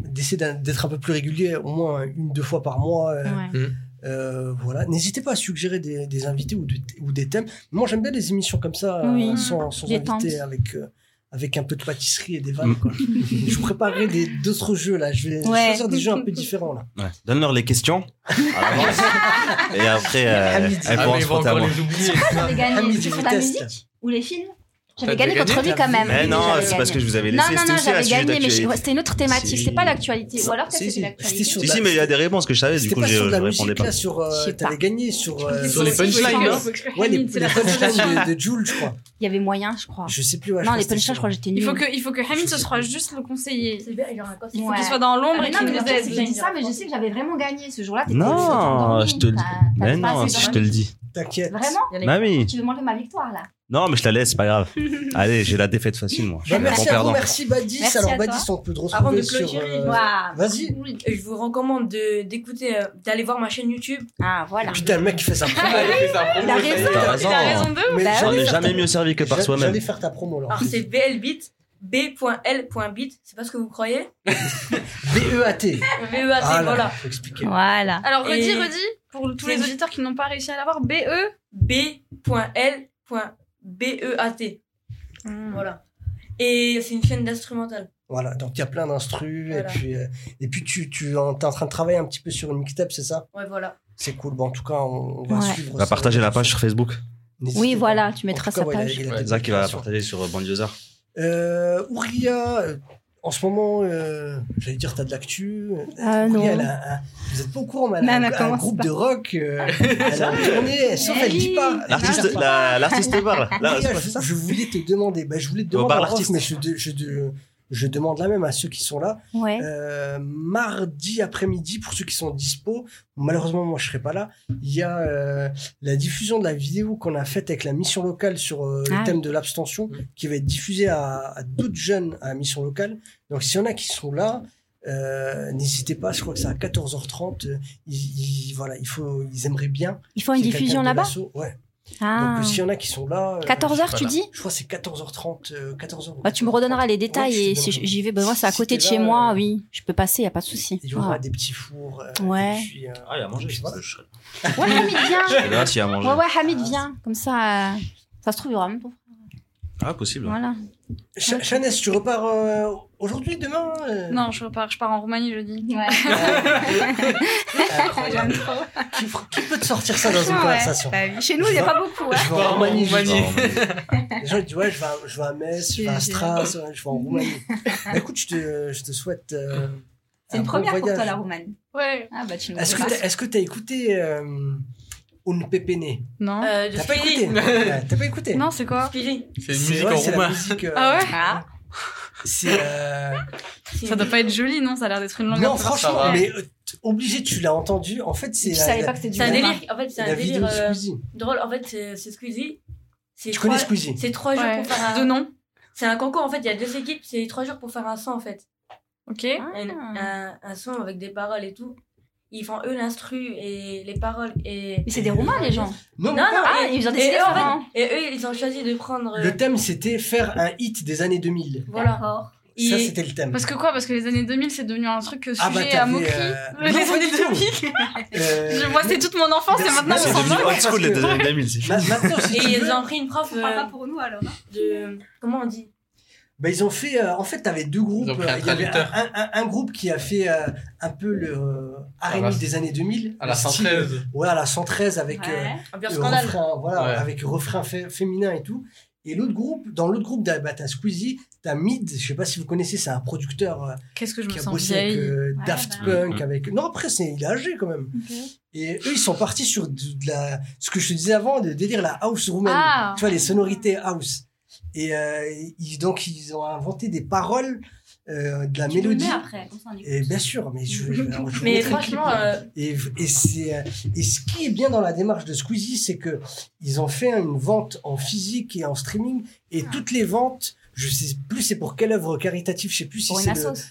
d'essayer d'un- d'être un peu plus régulier, au moins une deux fois par mois. euh,
Ouais.
euh, voilà. N'hésitez pas à suggérer des, des invités ou, de- ou des thèmes. Moi, j'aime bien les émissions comme ça, euh,
Oui.
sans, sans
Détente.
invité, avec. euh, avec un peu de pâtisserie et des vannes.
Mm.
quoi. je vous préparerai des- d'autres jeux là. Je vais
Ouais.
choisir des jeux un peu différents là.
Ouais. Donne-leur les questions. à l'avance. et après,
À
euh,
midi.
elles
Ah,
pourront
mais
se
ils vont
frotter à
encore
moi.
les oublier.
J'avais gagné.
Hamid,
C'est
il
pour la
teste.
musique Ou les films J'avais
T'as
gagné
gagné,
contre lui
t'as
quand même.
vu.
Mais
Oui,
non,
j'avais
c'est parce que
gagné.
je vous avais
Non,
laissé.
non,
c'était
non,
aussi un
j'avais
sujet
gagné, mais
d'actualité.
je- c'était une autre thématique,
Si.
c'était pas l'actualité. Ou alors peut-être
Si,
c'est
si, c'était sur
l'actualité.
Si, si, mais il y a des réponses que je savais, du
C'était
coup,
pas
je
sur de
je
la
répondais
musique,
pas.
là, sur. euh,
Je sais
T'avais
pas.
gagné sur. euh,
Sur les punchlines,
Ouais,
hein.
Ouais, les,
Hamid, c'est
les
la
punchlines
sensation.
de, de Jules, je crois.
Il y avait moyen, je crois.
Je sais plus. ouais,
Ah. Non,
crois
les
que c'était
punchlines, je crois que j'étais
Il faut
nulle.
que, il faut que Hamid, ce sera juste le conseiller.
C'est bien, il y aura un conseil.
Il faut
Ouais.
qu'il soit dans l'ombre
Ah, mais
et
non,
qu'il
mais
nous
moi, je
aide.
te dis ça, mais je sais que j'avais vraiment gagné ce jour-là. t'étais- t'étais
Non,
endormie,
je te le dis.
t'as- t'as
Mais
pas
non,
assez
je te le dis.
T'inquiète. Bah,
Vraiment
Mamie.
Tu veux m'enlever ma victoire là
Non, mais je la laisse, c'est pas grave. Allez, j'ai la défaite facile, moi. Je
Bah,
suis un bon
merci à vous,
perdant.
merci Badis.
Merci
Alors,
à toi.
Badis, on peut te
Avant de
retrouver sur.
clôturer,
euh,
Waouh.
Vas-y.
Et Je vous recommande de- d'écouter, euh, d'aller voir ma chaîne YouTube.
Ah, voilà.
Putain, le mec, qui fait
Bah
sa promo.
Ah, Il a raison.
T'as
Il a raison
raison.
d'eux.
Mais
Bah
j'allais
On n'est
faire ta-
jamais mieux servi que par
j'a-
soi-même.
J'allais faire ta promo, là.
Ah,
Alors c'est BLBit, B.L.Bit, c'est pas ce que vous croyez
BEAT.
VEAT,
Ah, là,
voilà.
Faut expliquer.
Voilà.
Alors, redis,
Et-
redis, pour tous les
C'est-
auditeurs qui n'ont pas réussi à l'avoir, E. BE.
B.L.B.E.A.T. E Voilà. Et c'est une chaîne d'instrumental.
Voilà, donc il y a plein d'instrus.
Voilà.
Et puis, euh, et puis tu, tu en, t'es en train de travailler un petit peu sur une mixtape, c'est ça
Ouais, voilà.
C'est cool. Bon, en tout cas, on, on va
Ouais.
suivre.
On va
ça.
partager la page sur Facebook.
N'hésitez
Oui,
pas.
voilà, tu
En
mettras
tout cas,
sa
ouais, il a-
page.
il a
Ouais,
des
Zach, il va la
explications.
partager sur Bandioser.
Euh, Ouria, euh, en ce moment, euh, j'allais dire, t'as de l'actu. Euh, Ouria,
Euh, non.
elle a un- vous êtes pas au courant, mais elle
Non,
a
non,
un, un
commence
groupe
pas.
de rock. euh, elle a tourné, sauf
Mais
elle dit
oui.
pas. Elle dit
L'artiste,
pas.
la- l'artiste parle. Là,
Ouria,
c'est pas
euh, je,
ça.
je voulais te demander, bah, je voulais te
Oh,
demander,
bah,
en off,
l'artiste.
mais je, de- je, de- je demande la même à ceux qui sont là.
Ouais.
Euh, mardi après-midi, pour ceux qui sont dispo, malheureusement moi je serai pas là, il y a euh, la diffusion de la vidéo qu'on a faite avec la mission locale sur euh, le
Ah
thème de l'abstention,
Mm.
qui va être diffusée à, à d'autres jeunes à la mission locale. Donc s'il y en a qui sont là, euh, n'hésitez pas, je crois que c'est à 14h30. euh, Ils, ils- voilà, il faut, ils aimeraient bien.
Ils font une
qu'il y ait quelqu'un
diffusion
de
là-bas
l'asso. Ouais.
Ah.
Donc euh, s'il y en a qui sont là. euh,
14h, tu dis
Je crois que c'est 14h30. euh, 14h.
Bah, tu me redonneras les détails
Ouais, je te
et si
donnerai.
j'y vais, ben moi c'est à
Si
côté de
t'es
chez
là,
moi,
euh,
oui, je peux passer, y a pas de souci. Ah.
Il y aura
Ouais.
des petits fours. euh,
Ouais.
et puis, euh,
Ah, il a mangé.
et puis voilà.
Je
Ouais, Hamid vient.
sais pas s'il a
Ouais,
mangé.
ouais, Hamid vient. Comme ça, euh, ça se trouve, il y aura même pas.
Ah, possible.
Voilà.
Cha- Chanès, tu repars euh, aujourd'hui, demain euh,
Non, je repars, je pars en Roumanie jeudi.
Incroyable. qui, fr- qui peut te sortir ça dans une conversation
Chez
nous, il y a pas
beaucoup. hein.
Je vais en Roumanie.
Roumanie.
je-
Non, mais-
Les gens ils disent ouais, je vais, à, je vais à Metz, je vais à Stras, ouais, je vais en Roumanie. Bah, écoute, je te, je te souhaite. euh,
C'est une
un bon
première pour
voyage.
toi, la Roumanie.
Ouais.
Ah, bah, tu nous
Est-ce que t'as- Est-ce que tu as écouté euh, Un Pépéné
Non.
Euh, de
T'as pas
Spiri.
écouté Ouais, T'as pas écouté
Non, c'est quoi
Spiri.
C'est une
C'est
musique
ouais,
en
c'est la
roumain.
musique, euh,
Ah ouais
Ah,
C'est. euh,
C'est-
Ça doit pas être joli, non Ça a l'air d'être une langue
Non,
un peu-
franchement,
va.
mais euh, t- obligé, tu l'as entendu. En fait, c'est.
Je
la-
savais
la-
pas que c'était du
C'est un
la-
Ghana.
délire. En fait, c'est
La
un
vidéo
délire
de
euh,
Squeezie.
drôle. En fait, c'est c'est Squeezie. C'est
Tu
trois-
connais Squeezie
C'est trois jours
Ouais.
pour faire
De
un.
nom.
C'est un concours en fait. Il y a deux équipes. C'est trois jours pour faire un son en fait.
Ok.
Ah.
Un, un, un son avec des paroles et tout. Ils font eux l'instru et les paroles et.
Mais c'est des Roumains, les gens.
Non,
Non, euh, non,
Ah,
et-
ils ont
et
décidé de
eux, en
faire
fait- Et eux, ils ont choisi de prendre.
le thème, c'était faire un hit des années 2000.
Voilà. Ils-
Ça, c'était le thème.
Parce que quoi Parce que les années 2000, c'est devenu un truc euh, sujet
Ah, bah,
à
t'avais,
moquerie.
euh,
Les
non, pas
années
du tout.
2000.
Euh,
Je- Moi, c'est toute mon enfance et
Merci,
maintenant,
merci,
on s'en
Denis.
moque.
moque,
old school
parce
les
que-
années 2000. si.
ma- Maintenant, si
Et
tu veux,
ils ont pris une prof
On parle pas
euh,
pour nous alors. hein.
de. Comment on dit
bah, ils ont fait. euh, en fait, t'avais deux groupes.
Ils ont pris un
Il y avait un,
traducteur.
un- un- un groupe qui a fait euh, un peu le euh, R&B
la-
des années 2000.
À la
le style-
113.
Ouais, à la 113 avec. euh,
Ouais.
Ambiance
le
scandale.
refrain, voilà,
Ouais.
avec refrain fé- féminin et tout. Et l'autre groupe, dans l'autre groupe, t'as bah, t'as Squeezie, t'as Mid, je sais pas si vous connaissez, c'est un producteur euh,
Qu'est-ce que je
qui
me
a
sens
bossé avec
vieille.
euh, Daft
bah.
Punk,
Mm-hmm.
Mhm.
avec. Non, après, c'est il est âgé quand même. Et eux, ils sont partis sur de, de la, ce que je te disais avant, de délire la house roumaine.
Ah.
Tu vois, les sonorités house. Et euh, ils, donc, ils ont inventé des paroles, euh, de la
Tu le
mélodie.
mets après. on s'en écoute.
Et bien sûr, mais je, je- alors, je vous
Mais
mettrai le clip.
franchement, euh,
Et, et, c'est, euh, et ce qui est bien dans la démarche de Squeezie, c'est que ils ont fait une vente en physique et en streaming, et
Ah.
toutes les ventes, je sais plus c'est pour quelle œuvre caritative, je sais plus si
Pour
c'est
une
le,
assos.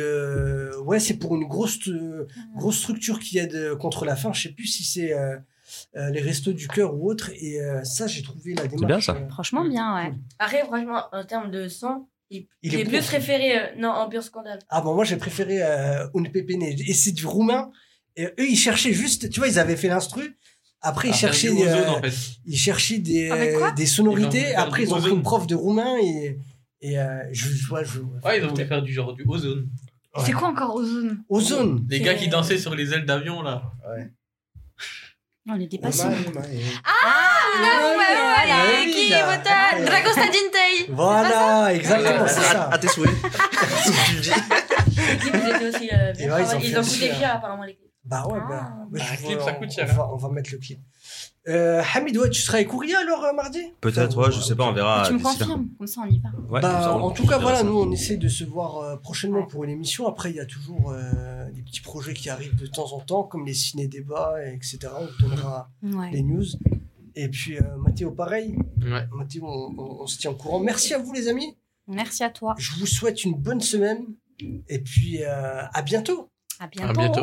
le- ouais c'est pour une grosse euh,
Ah.
grosse structure qui aide euh, contre la faim, je sais plus si c'est euh, euh, les restos du cœur ou autre, et euh, ça j'ai trouvé la démarche.
bien, ça.
euh,
Franchement, bien, ouais.
Après, franchement, en termes de son, il,
Il
il
est
est, plus
profond.
référé. euh, non, Ambiance scandale.
Ah bon, moi j'ai préféré euh, Un Pépéné. Et c'est du roumain. Et eux, ils cherchaient juste, tu vois, ils avaient fait l'instru. Après, ils cherchaient,
des
euh,
en fait.
ils cherchaient des, euh,
Avec quoi
des
Ils ont voulu
sonorités.
faire
Après,
du
ils ont pris
ozone.
une prof de roumain et, et euh, je, je vois, je.
Ouais, ils ont voulu faire du genre du ozone.
C'est quoi encore Ozone
Ozone.
Les
C'est-
gars qui dansaient sur les ailes d'avion là.
On est dépassés.
Ah oui,
Qui
là.
vota Dragosta Dintei
Voilà, exactement,
Ouais,
c'est ça.
tes souhaits.
Les clips, ils étaient aussi euh,
Et
bien
ouais, ils ont
travaillés.
fait
Ils ont
aussi,
coûté
euh,
cher, apparemment, les clips.
Bah ouais,
Ah.
bah. moi,
Bah,
je
clip,
vois,
ça coûte
on-
cher,
On va, on va mettre le clip. Euh, Hamid, ouais, tu seras avec Kouria alors euh, mardi
Peut-être, ouais, je sais pas, on verra.
tu me
d'ici là.
confirmes, comme ça on y va.
Ouais,
Bah,
comme ça, on-
en tout cas,
on verra
voilà,
ça.
nous on essaie de se voir euh, prochainement pour une émission. Après, il y a toujours euh, des petits projets qui arrivent de temps en temps, comme les ciné-débats, et etc. On vous donnera les
Ouais.
news. Et puis, euh, Mathéo, pareil.
Ouais.
Mathéo, on, on- on se tient au courant. Merci à vous, les amis.
Merci à toi.
Je vous souhaite une bonne semaine. Et puis, euh, à bientôt.
À
À
bientôt.
bientôt.